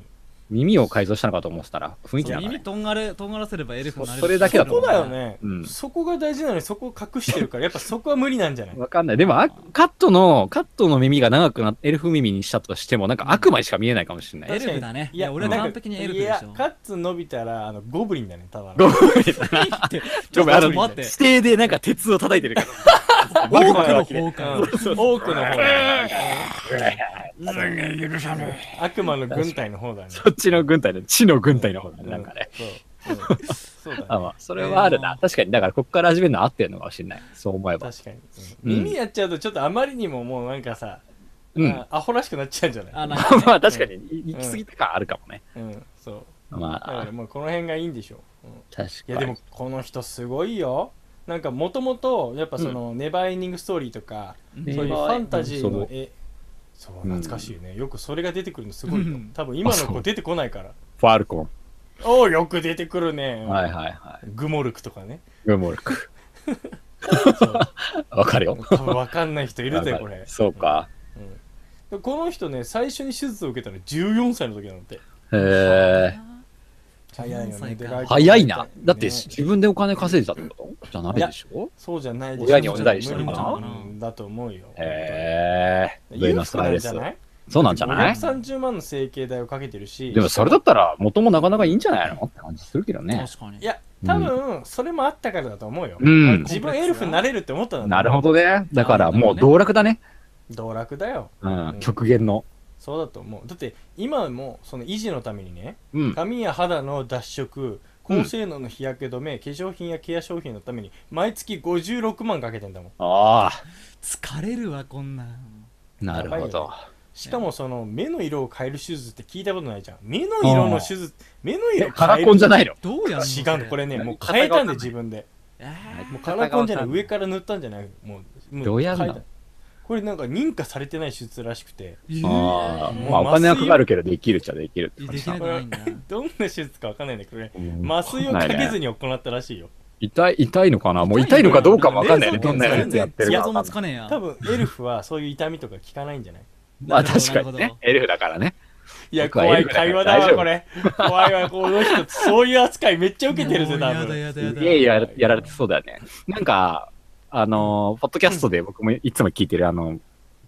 耳を改造したのかと思ってたら、雰囲気そうなかった耳ね。とんがれとんがらせればエルフになれるそそれだけだそとこ思だよね、うんそこが大事なのにそこを隠してるからやっぱそこは無理なんじゃないわかんない。でも、あカットの、カットの耳が長くなエルフ耳にしたとしても、なんか悪魔にしか見えないかもしれない。エルフだねいや俺はなんか完璧にエルフでいしやょカッツン伸びたらあのゴブリンだねただのごめん ごめん、あちょっの、と待って指定でなんか鉄を叩いてるから。 多くの方うからん多くの方だね悪魔の軍隊の方だねそっちの軍隊の、地の軍隊の方だね、なんかね。うんそううんそうだあ、ねまあ、それはあるな。確かに、だから、こっから始めるのは合ってるのかもしれない。そう思えば。確かに、うんうん耳やっちゃうとちょっとあまりにももうなんかさ、うん。あアホらしくなっちゃうんじゃないあなんか まあ、確かに、い行き過ぎた感あるかもね。うんそうまだからあ、もうこの辺がいいんでしょう、うん確かに。いやでも、この人すごいよなんかもともとやっぱそのネバーエンディングストーリーとか、うんそういうファンタジーうんの絵そううん懐かしいね、よくそれが出てくるのすごいようん多分今のあそ子う出てこないからファルコおおよく出てくるね、ン。はいはいはい。グモルクとか ねグモルク。 そう わかるよ。多分分かんない人いるぜわこかれるそうか。でこの人ね最初に手術を受けたの14歳の時なんてへえ。早いよ14歳かねで外国早いな。だってね自分でお金稼いでたってことじゃないでしょそうじゃないで親におねだりしてるのかなうんだと思うよへえ。ブエ裕ノス福アなイんレじスゃ。ないそうなんじゃない ?530 万の整形代をかけてるしでもそれだったら、元もなかなかいいんじゃないのって感じするけどね。確かにいや多分それもあったからだと思うよ、うん。自分エルフになれるって思ったんだと思うなるほどね。だからもう道楽だね。道楽だようん。極限の。そうだと思うだって今もその維持のためにねうん。髪や肌の脱色高性能の日焼け止め、化粧品やケア商品のために毎月56万かけてんだもんああ。疲れるわこんなんなるほど。しかもその目の色を変える手術って聞いたことないじゃん目の色の手術目のえ、色変えるカラコンじゃないのどうやんの違うのこれねもう片側変えたんで自分でえもうカラコンじゃない上かから塗ったんじゃないもうもどうやんの変えたこれなんか認可されてない手術らしくてーああ。えまあお金はかかるけど、できるっちゃできるってー感でじきなだくないんだどんな手術かわかんないんだけどねうん麻酔をかけずに行ったらしいよ痛い、痛いのかなもう痛いのかどうかもわかんないよね。どんなやつやってるいかやわか想んな像いつ。かねえや多分エルフはそういう痛みとか聞かないんじゃないまあなるほど確なかにるねほ。エルフだからね。いや僕はエ怖ルいフだから会話だ大わ丈夫これ怖いわこの人そういう扱いめっちゃ受けてるぜもう多やだ分やだやすだげえやらやられてそうだよね。なんか、あのー、ポッドキャストで僕もいつも聞いてる、あの、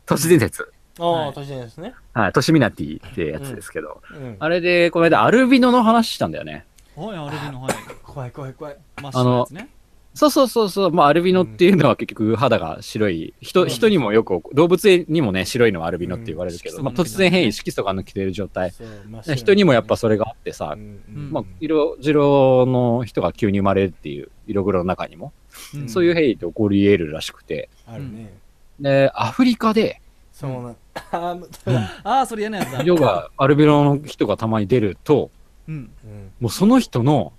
都市伝説。ああ年じゃないですねはい、都市ミナティってやつですけど。うんあれで、この間アルビノの話したんだよね。はいアルビのはい怖い怖い怖いマッシュのやつねそうそうそうそう、まあ、アルビノっていうのは結局肌が白い、人人にもよく、動物園にもね、白いのはアルビノって言われるけど、うんまあ、突然変異、色素が抜けてる状態、そう真っ白なで人にもやっぱそれがあってさう、んうんまあ、色白の人が急に生まれるっていう色黒の中にも、うんそういう変異って起こり得るらしくて、あるねで、アフリカで そうなあーああそれ嫌なやつだ色が、アルビノの人がたまに出ると、うんうんもうその人の、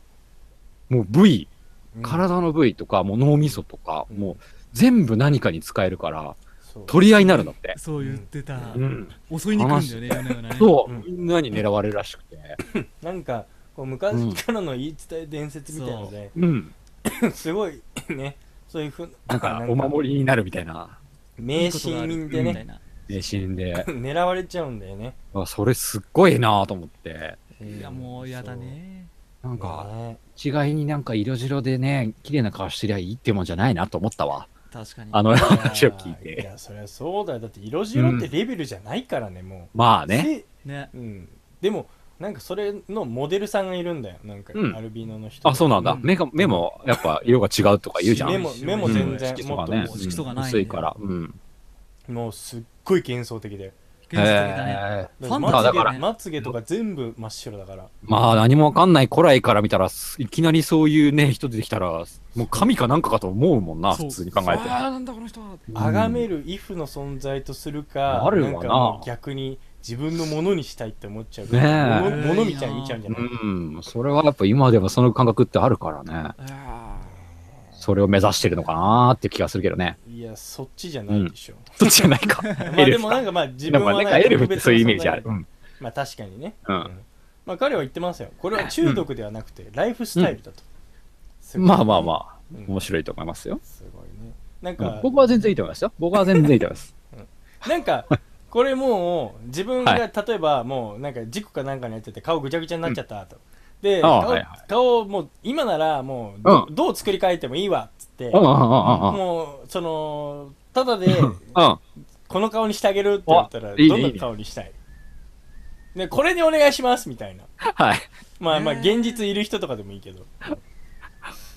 もう部位、うん体の部位とか、もう脳みそとか、うんもう全部何かに使えるから、そう取り合いになるんだって。そう言ってた、うん。襲いに来るんだよね夜な夜なねそう、うんみんなに狙われるらしくて。なんかこう昔からの言い伝え伝説みたいなのでうん。すごいねそういうふうなんか、お守りになるみたいな迷信人でね。ね迷信で狙われちゃうんだよねあそれすっごいなぁと思って。いやもうやだねななんか、一概になんか色白でね、綺麗な顔してりゃいいってもんじゃないなと思ったわ。確かにあの話を聞いいて。やそりゃそうだよだって色白ってレベルじゃないからねもまあうね。せねうんでもなんかそれのモデルさんがいるんだよなんかうんアルビノの人あ、そうなんだ。うん目が、目も、やっぱ色が違うとか言うじゃん。目も目も全然うんもっと色も素がね、色素がないね薄いから。うん。もうすっごい幻想的でへ幻想的だねえ。ファンまタつだげからまつげとか全部真っ白だからまあ何もわかんない古来から見たら、すいきなりそういうね、人出てきたら、もう神かなんかかと思うもんな、そう普通に考えて。ああなんだこの人はうん崇めるイフの存在とするかあるわんなかもう逆に自分のものにしたいって思っちゃうねえものものみたいに見ちゃうんじゃない、うん、それはやっぱ今でもその感覚ってあるからね。あそれを目指してるのかなーって気がするけどね。いやそっちじゃないでしょ、そっちじゃないか。まエあルでフもか。なんかまあ自で分もはなんんかエルフってそういうイメージある。特別うな存在ん。まあ確かにね、うんまあ彼は言ってますよこれは中毒ではなくてライフスタイルだと、すごいまあまあまあ、うん面白いと思いますよ。すごいねなんうんか、僕は全然いいと思いますよ。僕は全然いいと思います。なん かこれもう自分がは例えばもうなんか事故かなんかにやってて顔ぐちゃぐちゃになっちゃったと、であ顔,、あはいは顔をもう今ならもうど,、うどう作り変えてもいいわっつって、うんうんうんうんうん。もうそのただでうん。この顔にしてあげるって言っ たらあいいねどんいいなね顔にしたいでこれにお願いしますみたいなはい。まあまあえー現実いる人とかでもいいけど、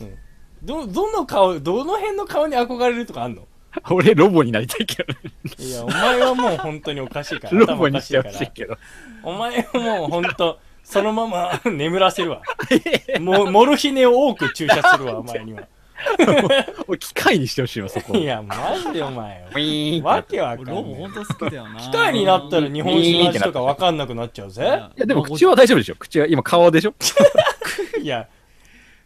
うん、どどの顔どの辺の顔に憧れるとかあんの俺、ロボになりたいけどね。いやお前はもう本当におかしいか らロ頭ボおかにししいてかほらしいけど。お前はもうほんと、そのまま眠らせ るわ。もう、モルヒネを多く注射するわ、お前には。俺機械にしてほしいわ、そこ。いや、マジでお前。ウィーンってなわってけわか俺んロボなほいん。と好きだよな機械になったら日本酒の味とかわかんなくなっちゃうぜ。いや、でも口は大丈夫でしょ口は、今顔でしょいや、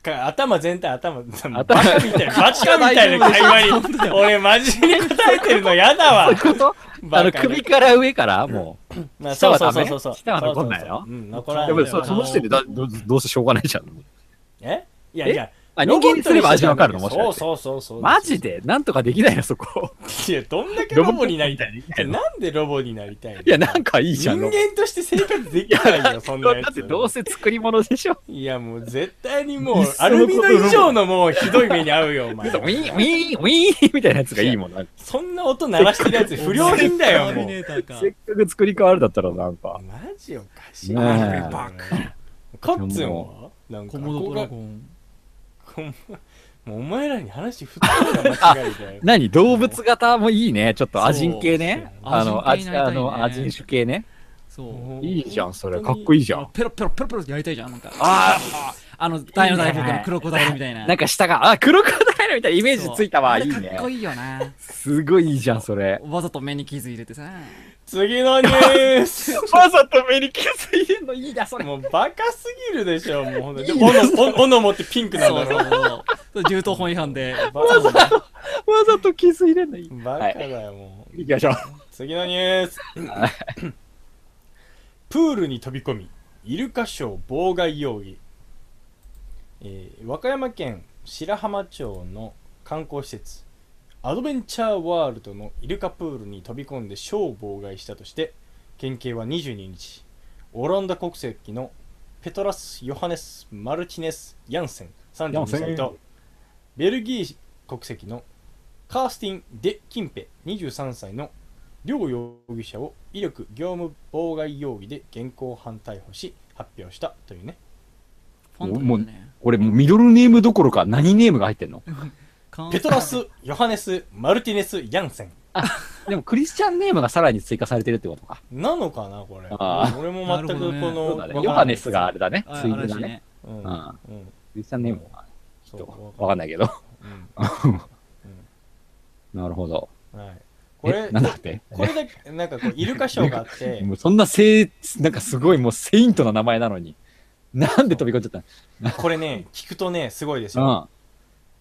か頭全体、頭、バ頭カみたいな、バカみたいな会話に、俺真面目に答えてるの嫌だわ。ことあの、バカ首から上から、もま下あそうはそうダメそうそうそう。下は残んないのそうそうそううん、う。残らやっないぱよ。りそその時点でだどどうせしょうがないじゃん。えいやいや、あ人間にすれば味わかるのもしかそうして。そうそうそう。マジでなんとかできないの、そこ。いや、どんだけロボになりたいロボみたいななんでロボになりたいのいや、なんかいいじゃん。人間として生活できないよ、そんなやだってつ。どうせ作り物でしょ。いや、もう絶対にもいうっ、そアのルこミとノ以上のもうひどい目に遭うよ、おウ前ィ。ーン、ウィーン、ウィーンみたいなやつがいいもん。なんかそんな音鳴らしてるやつ、不良品だよ、ターもミネう。ーターかせっかく作り変わるだったら、なんか。マジおかしい。ねえカッツンはなんか、コモドドラゴこンこがこんもうお前らに話振ったのが間違いだよ。何動物型もいいね。ちょっとアジン系ね。そうあの、アアジンジ系になりたいあねのアジン種系ね。そうもう いいじゃん、それ。かっこいいじゃん。ペロペロペロペロってやりたいじゃんなんかああの大の大のクロコダイルみたいなあ、なんか下が、あ、黒子だよみたいなイメージついたわ。いいそうあれかねっこ。いいよなすごいいいじゃん、それ。わざと目に傷入れてさ次のニュースわざと目に気づいてんのいいな、そ れ。 もうバカすぎるでしょ、もうほんとに。で斧斧持ってピンクなんそうだそうろ。そうそう銃刀法違反でバカだなわざと気づいてんのいい。バカだよ、もう。行きましょう。次のニュース。プールに飛び込み、イルカショー妨害容疑。えー和歌山県白浜町の観光施設、アドベンチャーワールドのイルカプールに飛び込んでショーを妨害したとして、県警は22日、オランダ国籍のペトラス・ヨハネス・マルティネス・ヤンセン32歳と、ベルギー国籍のカースティン・デ・キンペ23歳の両容疑者を威力業務妨害容疑で現行犯逮捕し発表したというねファンタだね。俺もうミドルネームどころか何ネームが入ってんのカウンペトラス、ヨハネス、マルティネス、ヤンセン。でもクリスチャンネームがさらに追加されてるってことか。なのかな、これ。あ俺も全くこなるのそう、だわねかんない。ヨハネスがあれだね。あツイー嵐トだね。ね。うん。ううんん。クリスチャンネームはちそょっとう、わわかかんんない。ないけど。 うなるほど。んはい。こえれ、、なんだって。これだけ、なんかこう、イルカショーがあっ て、もうそんなせい、なんかすごいもうセイントな名前なのに。なんで飛び込んじゃったのこれね、聞くとね、すごいですうよ。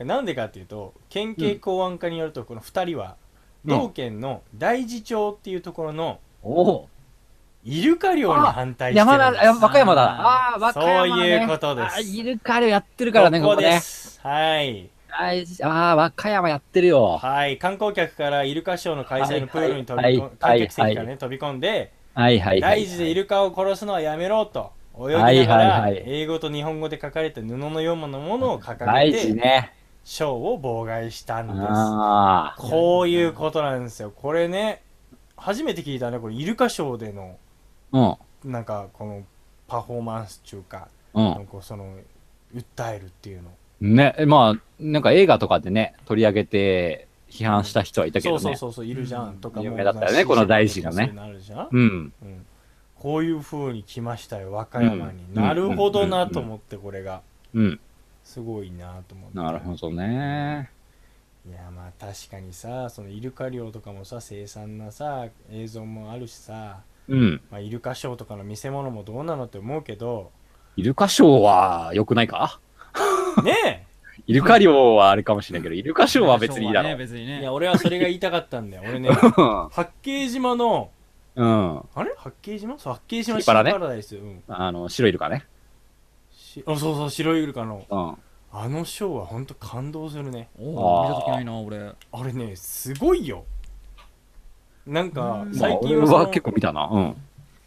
ん。なんでかっていうと、県警公安課によると、この2人うは、ん道県の大寺町っていうところのおお。イルカ漁に反対してる山んで田、あす和歌山だ。ああー、和歌山、ね。そういうことですあイルカ漁やってるからね、ここここでね。す。はい。あーあー、和歌山やってるよ。はい。観光客からイルカショーの開催のプールに飛びはい込はんい観客席からはね、飛び込んで、はいはいはい。大事でイルカを殺すのはやめろと、泳はぎないがはいら、はい英語と日本語で書かれた布のようなものを掲大げ事て、ね。ショーを妨害したんです。ああ。こういうことなんですよ。これね、初めて聞いたね、これイルカショーでの、うん。なんか、このパフォーマンス中か、うなんかその、訴えるっていうの。ん。ね、まあ、なんか映画とかでね、取り上げて批判した人はいたけそどうね。そうそうそう、いるじゃんとかも。有名だったよねこの大臣がねそういうのあるじゃんうん。うんこういう風に来ましたよ、和歌山に。うんなるほどなと思って、これが。うん。すごいなと思って。なるほどね。いや、まあ確かにさ、そのイルカ漁とかもさ、凄惨なさ、映像もあるしさ、うん。まあ、イルカショーとかの見せ物もどうなのって思う けど、イルカショーは良くないかねイルカ漁はあれかもしれないけど、イルカショーは別にいいだねろ別にえいねや、。俺はそれが言いたかったんだよ。俺 ね、う。八景島の、うん。あれ八景島そう、八景島シーパラねシーパラダイス。うんあの、白いイルカね。しあそうそう、白いイルカの。うん。あのショーはほんと感動するね。おお、あー見たときないな、俺。あれね、すごいよ。なんかう、んまあ最、俺近はそはの結構見たな。うん。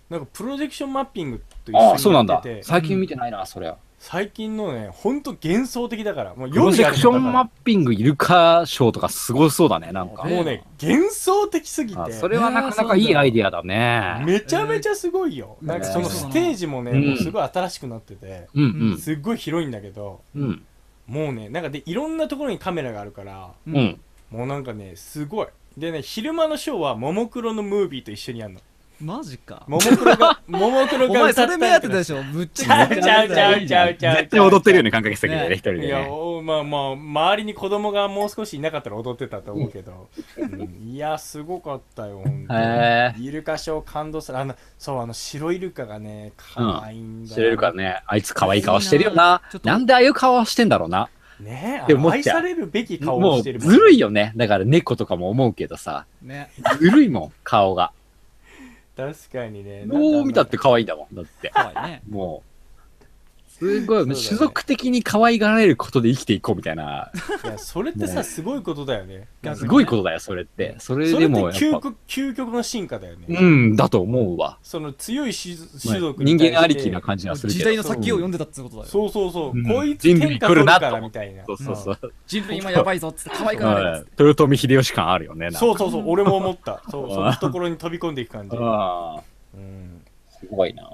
なんかプロジェクションマッピングと一ああ、そ緒うになんやっだてて、。最近見てないな、そりゃ。最近のね、ほんと幻想的だから、もうプロジェクションマッッピングイルカショーとかすごそうだね、なんかピン。グもうね、幻想的すぎてあ、それはなかなかいいアイディアだね。めちゃめちゃすごいよ。えーなんかそのステージもね、うんもうすごい新しくなってて、うんすっごい広いんだけど、うん。うん。もうね、なんかで、いろんなところにカメラがあるから、う。ん。もうなんかね、すごい。でね、昼間のショーは、ももクロのムービーと一緒にやるの。マジか。ももク ロが、ももクロおが歌前ったそりれとか目当てでしょ。ぶっちちゃゃけうちゃうちゃうちゃうちゃう。絶対踊ってるよね。ね、感覚席でね、ね一人でいや、ね。おまあまあ、周りに子供がもう少しいなかったら踊ってたと思う けど。うんいや、すごかったよ、本へ当に。イルカショー感動する。あの、そう、あの、白イルカがね、可愛いんだよ。知れるからね、あいつ可愛い顔してるよなちょっ。となんでああいう顔してんだろうな。ねえ、であのも思っ愛ちゃうされるべき顔をもうしてずる。るい。よね。だから猫とかも思うけどさ、ね。ずるいもん、顔 が。確かにね。どう見たって可愛いんだもん、だって。怖いね。もう。すごい、そうだね種族的に可愛がられることで生きていこうみたいな、 なんかいや、それってさ、ねすごいことだよね。逆にすごいことだよ、それって。それそでれってもや究っぱ、極、究極の進化だよね。うん、だと思うわ。その強い種族まあ種族に人対して間ありきな感じはするけど。時代の先を読んでたってことだよ。そうそうそう、うんこいつ人類天下取来るるなからとみたいな。そうそうそう。人類今やばいぞっつって可愛くなるっつって。うん豊臣秀吉感あるよね。なんかそうそうそう、俺も 思った。そう、うんその懐に飛び込んでいく感じ。ああ、うん。すごいな。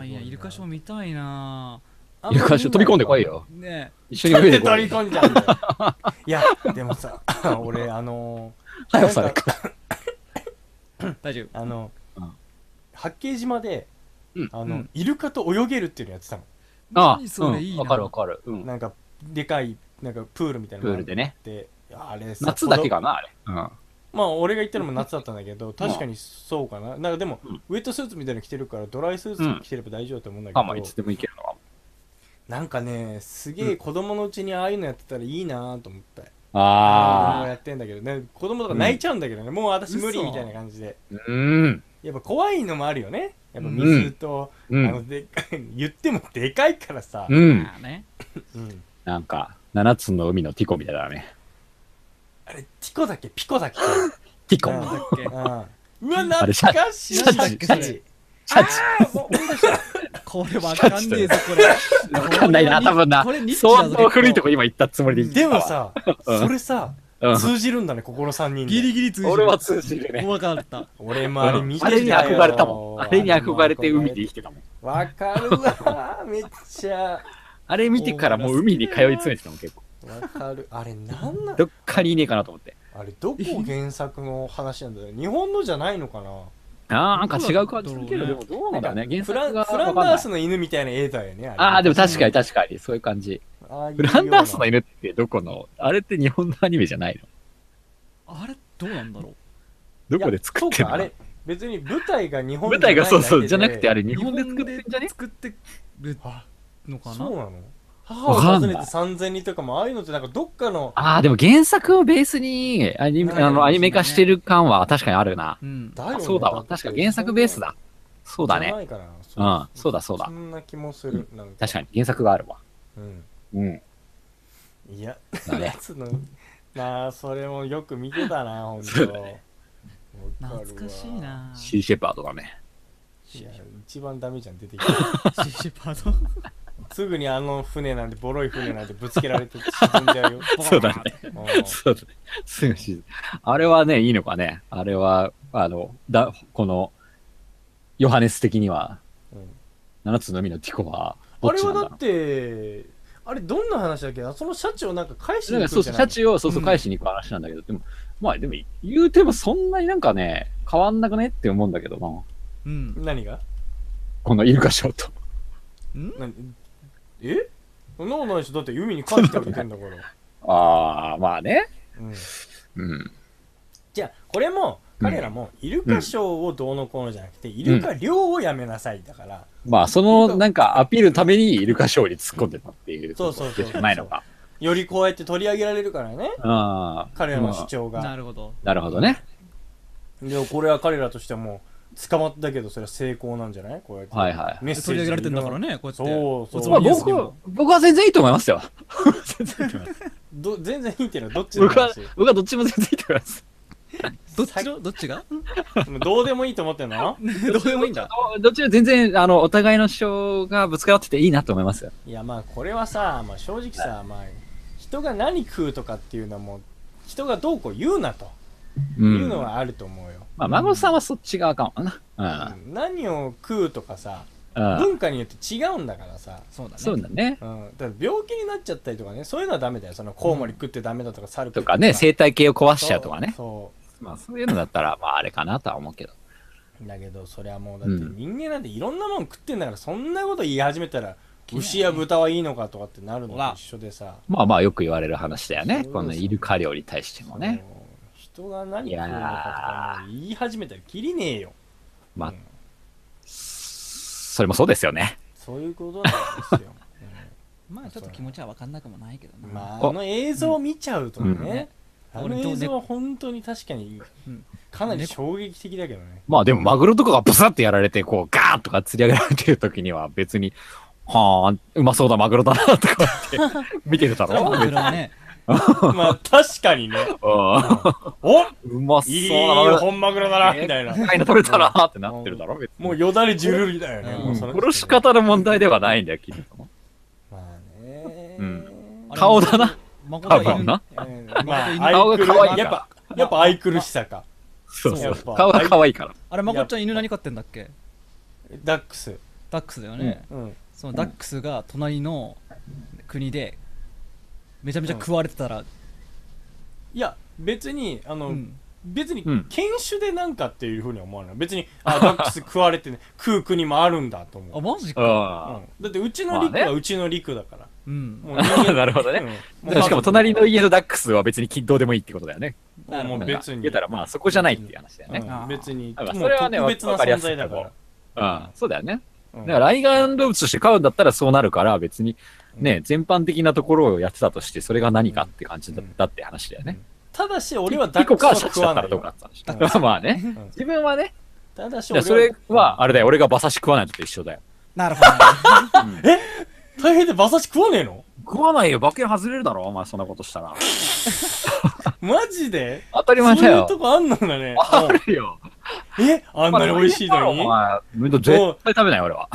あいやイルカショー見たいなイルカショー飛び込んでこいよ。ね一緒になん泳いででこ飛びい。込んじゃうんだよ。いや、でもさ、 俺、あのー、早さなでんかか。大丈夫あのうん、八景島でうん、あうのん、イルカと泳げるっていうのやってたの。ああ、何それいいなわかるわかる。うんなんか、でかい、なんか、プールみたいなプのーがあルっでね。て。あれさ夏だけかな、あれ。うん。まあ俺が行ったのも夏だったんだけど確かにそうかななんかでも、ウェットスーツみたいなの着てるからドライスーツ着てれば大丈夫だと思うんだけど、まあまあ、いつでも行けるのかも。なんかねすげえ子供のうちにああいうのやってたらいいなと思って、俺もああ。やってんだけどね子供とか泣いちゃうんだけどね、もう私無理みたいな感じでうん。やっぱ怖いのもあるよねやっぱ水と、うあのん。で 言ってもでかいからさ、うん。あねうんなんか、七つの海のティコみたいだね。あれティコだっけピコだっテけ、ィコう。んなんだっけうん、うわ懐れシャかしいシャチシャチシャチ。あーもう思い出したこれわかんねえぞこれ わかんないな、多分なこれニッ。チだ相ぞ当古いとこ今行ったつもりで行ったでわも、さ、うんそれさ、うん通じるんだね、ここの3人でギリギリ通じる俺は通じるね。怖かった俺もあれ見てあたよれに憧れたもん。あれに憧れて海で生きてたもん。わかるわ、めっちゃ。あれ見てからもう海に通い詰めてたもん結構わかる。あれ、なんなんどっかにいねえかなと思ってあれ、どこ原作の話なんだろう。日本のじゃないのかなあーなんか違う感じするけどどでうもどうなんだろうね原フラ作ンがフラわンかんダなーいスの犬みたいな絵だよね。ああでも確かにに。確かにそういう感じああいうフランダースの犬ってどこのあれって日本のアニメじゃないのあれどうなんだろうどこで作ってそんうかあれの、別に舞台が日本舞台がそうそうじゃなくてあれ。れ日本で作ってんじゃね日本で作ってるあのかそなうなの母を訪ねて3000人とかも、ああいうのってなんかどっかの、ああ、でも原作をベースにアニメはいあのアニメ化してる感は確かにあるな。うんだよあねそうだわ。って確か原作ベースだ。そうだじゃね。ないかなうん、そうだそうだそ。んな気もする。なん確かに。に原作があるわ。うん。うん。いや、だ ね。夏の、まあ、それもよく見てたな、ほんと。そうだわるわ懐かしい。な シシーシェパードだね。いや、一番ダメじゃん、出て きた。ーシェパードすぐにあの船なんて、ボロい船なんてぶつけられて沈んじゃうよ。 そうだね。うんそうだね。すぐ沈むあれはね、いいのかね。あれは、あの、だこの、ヨハネス的には、うん七つの海のティコは、どあっれちなはんだだろうって、あれどんな話だっけそのシャチをなんか返しなにん行かくそうそんじゃう、なシャいチをそうそう返しに行く話なんだけど、でも、まあでも、言うてもそんなになんかね、変わんなくねって思うんだけどな。うん何がこのイルカショート。何えそんなことないでしょだって海に帰ってあげてん だから。ああ、まあね。うんうん。じゃあこれも彼らもイルカショーをどうのこうのじゃなくて、イルカ漁をやめなさいだから、まあ、その、なんか、アピールのためにイルカショーに突っ込んでたっていうそうそうそうことじゃないのか。よりこうやって取り上げられるからねああ。彼らの主まあ張なが、るほどなるほどね。でもこれは彼らとしてはもう捕まったけどそれは成功なんじゃないこうやってはいはい。メッセージ取り上げられてんだからねねこうやってそうそうおつままあ、みニュース僕にはも、僕は全然いいと思いますよ。全然いいと思います。ど全然いいっていうのはどっちの僕は話、僕はどっちも全然いいと思います。どっちのどっちがもうどうでもいいと思ってんのどうでもいいんだどどっちも全然、あの、お互いの主張がぶつかってていいなと思いますよ。いやまあこれはさ、まあ、正直さ、まあ、人が何食うとかっていうのはもう人がどうこう言うなとう。いうんのまはあると思うよ、あ、孫さんはそっち側かもな。うん何を食うとかさうん。うん。文化によって違うんだからさ、そうだねそうだね。うん、だから病気になっちゃったりとかねそういうのはダメだよそのコウモリ食ってダメだとか猿食とってかね、生態系を壊しちゃうとかね。そまあ、そういうのだったら、まあ、あれかなとは思うけど。うだけどそれはもうだってうん人間なんていろんなもん食ってんだからそんなこと言い始めたら牛や豚はいいのかとかってなるのほとら一緒でさまあまあ、よく言われる話だよそうね。そうこのイルカ漁に対してもね。そう人が何食うのかとかもう言い始めたらきりねえよまあうん、それもそうですよね。そういうことなんですよ、まあちょっと気持ちは分かんなくもないけどうんなまあおあの映像を見ちゃうとね、うんあの映像は本当に確かにうんかなり衝撃的だけどねまあでも、マグロとかがブサッてやられて、こう、ガーッとか釣り上げられてる時には、別に、はあ、うまそうだ、マグロだな、とかって 見てるだろ。マグロはね まあ確か にねうんおうまそういいだ、マグロ。本マグロだなみたい なでっかいの取れたな、ってなってるだろ、別に。もうよだれじゅるりだよねうんもうその人殺し方の問題ではないんだよ、きっと。まあねうあれ顔だな、誠多は犬分な。うんまあ顔が愛くる可愛いからやっぱやっぱ愛くるしさかそうそやうっ。ぱ顔が可愛いから。あれまこっちゃん犬何飼ってんだっけダックスダックスだよねうんそのダックスが隣の国でめちゃめちゃ食われてたらいや別にあうのん別にうん犬種でなんかっていうふうには思わない別にあダックス食われてね 食う国もあるんだと思あうマジうかんう。んだってうちの陸まあはねうちの陸だからうんもう人間 なるほどねうんもうしかも隣の家のダックスは別にどうでもいいってことだよね。なるもほどう別なんかに言えたらまあそこじゃないっていう話だよね。うん別にあーもそうれはね特別なわかり存やすい在だからうん、そうだよね。うんだから、ライガー動物として飼うんだったらそうなるから、別にね、全般的なところをやってたとして、それが何かって感じだったって話だよね。ただし俺はダ一ック個スかはシャチ食だわったならいどうかよって話だよ。 まあね。うん自分はね、ただしじゃ俺あそれはあれだよ、俺が馬刺し食わないのと一緒だよ。なるほどね大変で馬刺し食わねえの食わないよ、馬券外れるだろ、お前そんなことしたら。マジで当たりそう前だいうとよ。こあんのだねあるよ。うんえあんなに美味しいのにお前、絶対食べないよ俺は。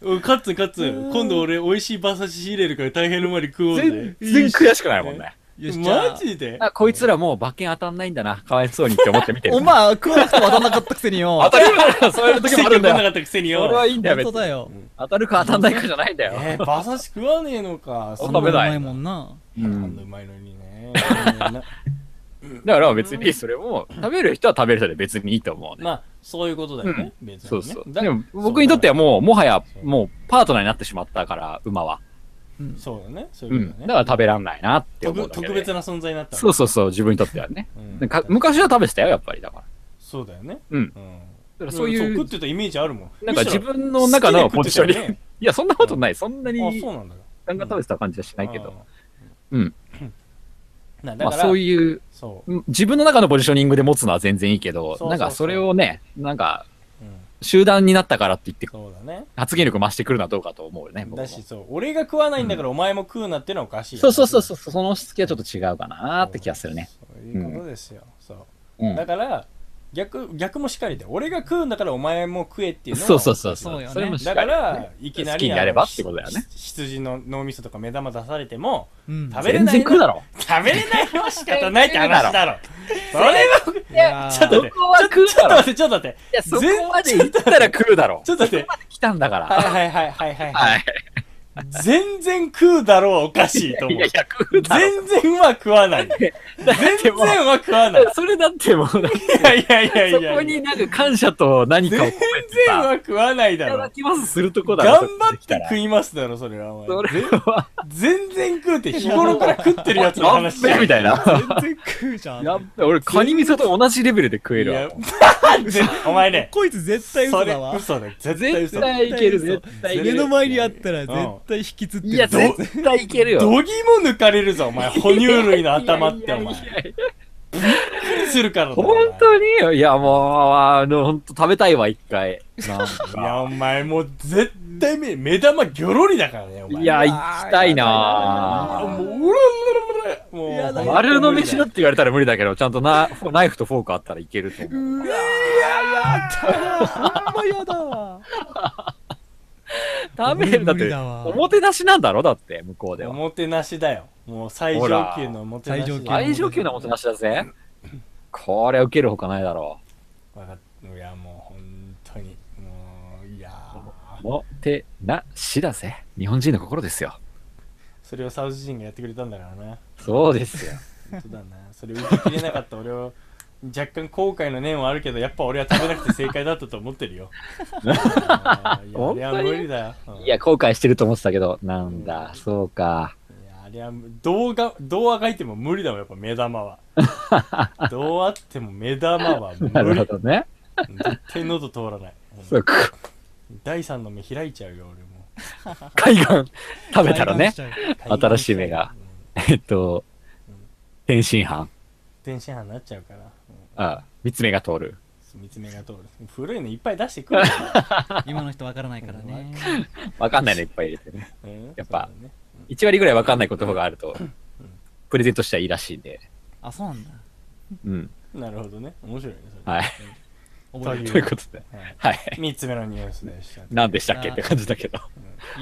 うんカツカツ今度俺美味しい馬刺し仕入れるから大変の前に食おうぜ全然悔しくないもんね。よし、じゃあマジであこいつらもう馬券当たんないんだな。かわいそうにって思って見てる。お前、食わなくても当たんなかったくせによ。 当たるよそういう時もあ るんだよ。かったくせにそれはいいんだよ、本別当に。だよ。当たるか当たんないかじゃないんだよ。えー、馬刺し食わねえのか。食そあんんななべうないまいもんな。うあんんなうまいのに ね。だから別にそれも、食べる人は食べる人で別にいいと思うね。まあ、そういうことだよね。別に、ね。そうそう。だでも僕にとってはもう、もはやもうパートナーになってしまったから、馬は。そうだね。そうういうんこと。だだかね。ら食べらんないなって思う特だけで。特別な存在になったのそうそうそう、自分にとってはね。うんか昔は食べてたよ、やっぱりだから。そうだよね。うん。うん。だからそそうういうい食うっ、てたイメージあるもん。なんかむし自ろ分の中のポジションに。好きで食っていや、そんなことない。そんなたよにねあ、そうなんだ。時間が食べてた感じはしないけど。あーうん。なだまかあら、そういう、そう。うん自分の中のポジショニングで持つのは全然いいけど、そうそうそうなんかそれをね、なんかうん集団になったからって言って、そうだね。発言力増してくるのはどうかと思うよね。僕もだし、そう。俺が食わないんだからお前も食うなってのはおかしいよね。そうそうそうそう、そのしつけはちょっと違うかなって気がするね。そういうことですよ。そう。うんだから、逆、逆もしっかりで。俺が食うんだからお前も食えっていうのはそうそうそう。そうよねそれもしっだかかりら、いきな好りきになればってことだよねあのひ羊の脳みそとか目玉出されても、うん。食べれ全ない然食うだろ。食べれないのは仕 方ないって話だろ。それは、いやちょっとそ待ってこは食うちょだっとろ。待って、ちょっと待って。いや、そこまで行ったら食うだろ。ちょっと待って。来たんだから。はいはいはいはいは。はいい。全然食うだろうはおかしいとい思うやい。や、食うだろ。全然は食わない。全だって然もうは食わない。いそれだってもう、やいやいやいやそこになんか感謝と何かを込めて全然さ、は食わないいだたろだ。きますするとこだろ。頑張って食い。いますだろ、それは。おそ前れは、全然食うって日頃から食ってるやつの やっ話べえみたいな。全然食うじゃん。やっべえ俺、カニ味噌と同じレベルで食えいるやわ。、全お前ね、こいつ絶対そ嘘れだわ。嘘だよ。絶対絶嘘。対いける、絶対いけ目のる。前にあったら絶対引きつってる。いや、絶絶対いけるよ。どぎも抜かれるぞ、お前。哺乳類の頭って、お前。いやいやいやするからだ本当にいや、もう、あの、本当食べたいわ、一 回。いや、お前、もう絶対目、目玉ギョロリだからね、お前。いや、行きたいなあ、ぁもう、うらうらうらやうら。だもう、丸の飯だって言われたら無理だけど、ちゃんとな、 ナイフとフォークあったらいけると思う。対嫌だわ。食べるだ無理って、だわおもてなしなんだろだって、向こうでおは。もてなしだよ。もう最上級のおもてなしだよ。ほら最上級なおもてなしだぜ。これは受けるほかないだろわかっいや、もう本当に。もう、いやーう。おもてなしだぜ。日本人の心ですよ。それをサウジ人がやってくれたんだからな。そうですよ。本当だ な。それ受けきれなかった俺を、若干後悔の念はあるけど、やっぱ俺は食べなくて正解だったと思って るよ。あーいや、あれ本当はに無理だよ。うんいや、後悔してると思ってたけど、なんだ、そうか。いやあれは動画動画がいても無理だもんやっぱ目玉 はどうあっても目玉は無なるほ理どね。絶対喉通らないそうか。第三の目開いちゃうよ俺も海岸食べたらね、新しい目がうんえっと、天津飯。天津飯になっちゃうから、あ三つ目が通る。うん、三つ目が通る古いのいっぱい出して くるよ、今の人わからないからね。わかんないのいっぱい入れてね。うんやっぱそうだね1割ぐらいわかんない言葉があると、プレゼントしたらいいらしいんで。あ、そうなんだ。うん。なるほどね面白いねそれはい。覚えとていとういうことで。はいはい。三つ目のニュースでした何でしたっけって感じだけど。る。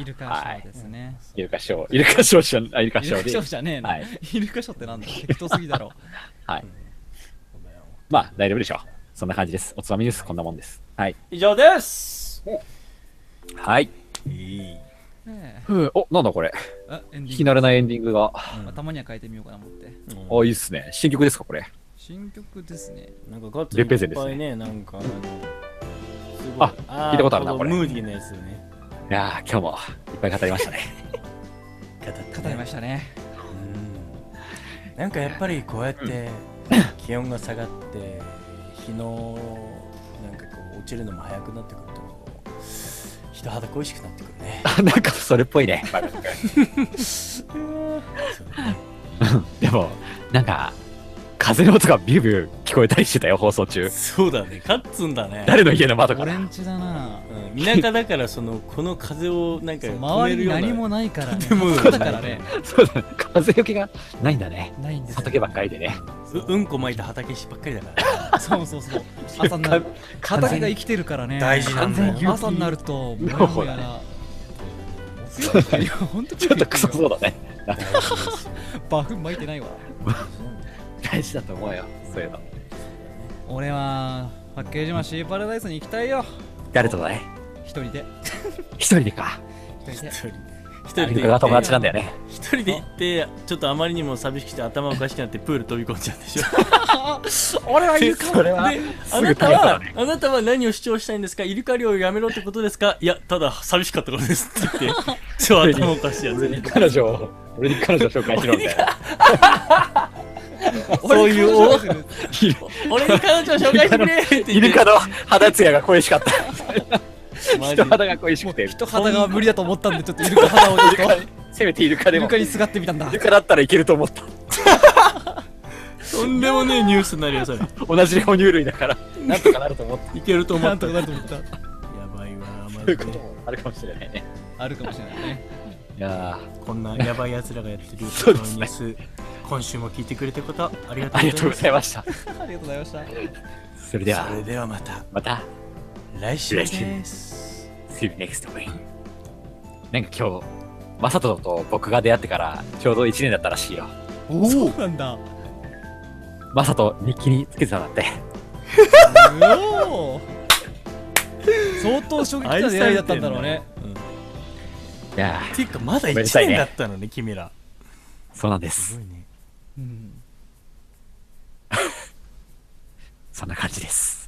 イルカショーですね。イルカショー。イルカショーじゃん、あ、イルカイショルカショーーで。じゃねえは。ないイルカショーってなんだ適当すぎだろ。はい。そうだよまあ、大丈夫でしょう。そんな感じです。おつまみニュース、こんなもんです。はい。以上ですはい。ねふうお、なんだこれ。えあエンデ聞ィきング慣れないエンディングが。あ、まあたまには変えてみようかな思って。いいっすね。新曲ですか、これ。新曲ですね。なんかガッツレペゼリいでっすぱねいねなんかすごいあ聞いたことあるなーこれムーディーなやつよねいやー、今日もいっぱい語りましたね。 語りましたね。うんなんかやっぱりこうやって気温が下がって日のなんかこう落ちるのも早くなってくると人肌恋しくなってくる ね。あなんかそれっぽいね。そうねでも、なんか、風の音がビュービュー聞こえたりしてたよ、放送中。そうだね、勝つんだね。誰の家の窓かオレら。ンジだな。うん、田舎だからそのこの風をなんかそう止め周るりにような何もないからね。建物そうだからね。そうだ、風よけがないんだね。ないんですよ。畑ばっかりでね。ううんこ巻いた畑石ばっかりだか ら。そうそうそう。朝になる。風が生きてるからね。大事なんだよ完全に朝になると、もやもやな。いや、ほんとちょっとクソそうだね。大事ですよバフ巻いてないわ。大事だと思うよ、そういうの。俺は八景島シーパラダイスに行きたいよ誰とだね。一人で一人でか。一人で一人一ア人ルで行ルカがって友達なんだよね。一人で行ってちょっとあまりにも寂しくて頭おかしくなってプール飛び込んじゃうんで しょ俺は言うかそれは で。あすぐ食なべたたらはね。あなたは何を主張したいんですかイルカ漁をやめろってことですかいやただ寂しかったことですって言って ちょっと頭おかしいやつ俺に彼女を、俺に彼女を紹介しろみたいな。そういうおイル俺に彼女を紹介してくれってイ言ルってカの肌ツヤが恋しかった。マジ人で肌が恋しくて。人肌が無理だと思ったんでちょっとイルカ肌を ちょっせめてイルカとイでルも。カにすがってみたんだイルカだったらいけると思った。とんでもねえニュースになるよそれ同じ哺乳類だから。なんとかなると思った。いけると思なっんたとやかなると思ったばいわマといジうことでもあるかもしれないね。あるかもしれないねいやこんなやばいやつらがやってるそうこでのすニュねース今週も聞いてくれたことありがとあうりごがとざいうまごすざいました。ありがとうございましたそれではそ、れではまたまた。来週来週でです See you next week. なんか今日、マサトと僕が出会ってからちょうど1年だったらしいよ。そうなんだマサト日記につけてたんだって。うおー相当衝撃的な出会いだったんだろうねいやていうかまだめんなさ1いね年だったのね君らーそうなんですすご。いねうんそんな感じです。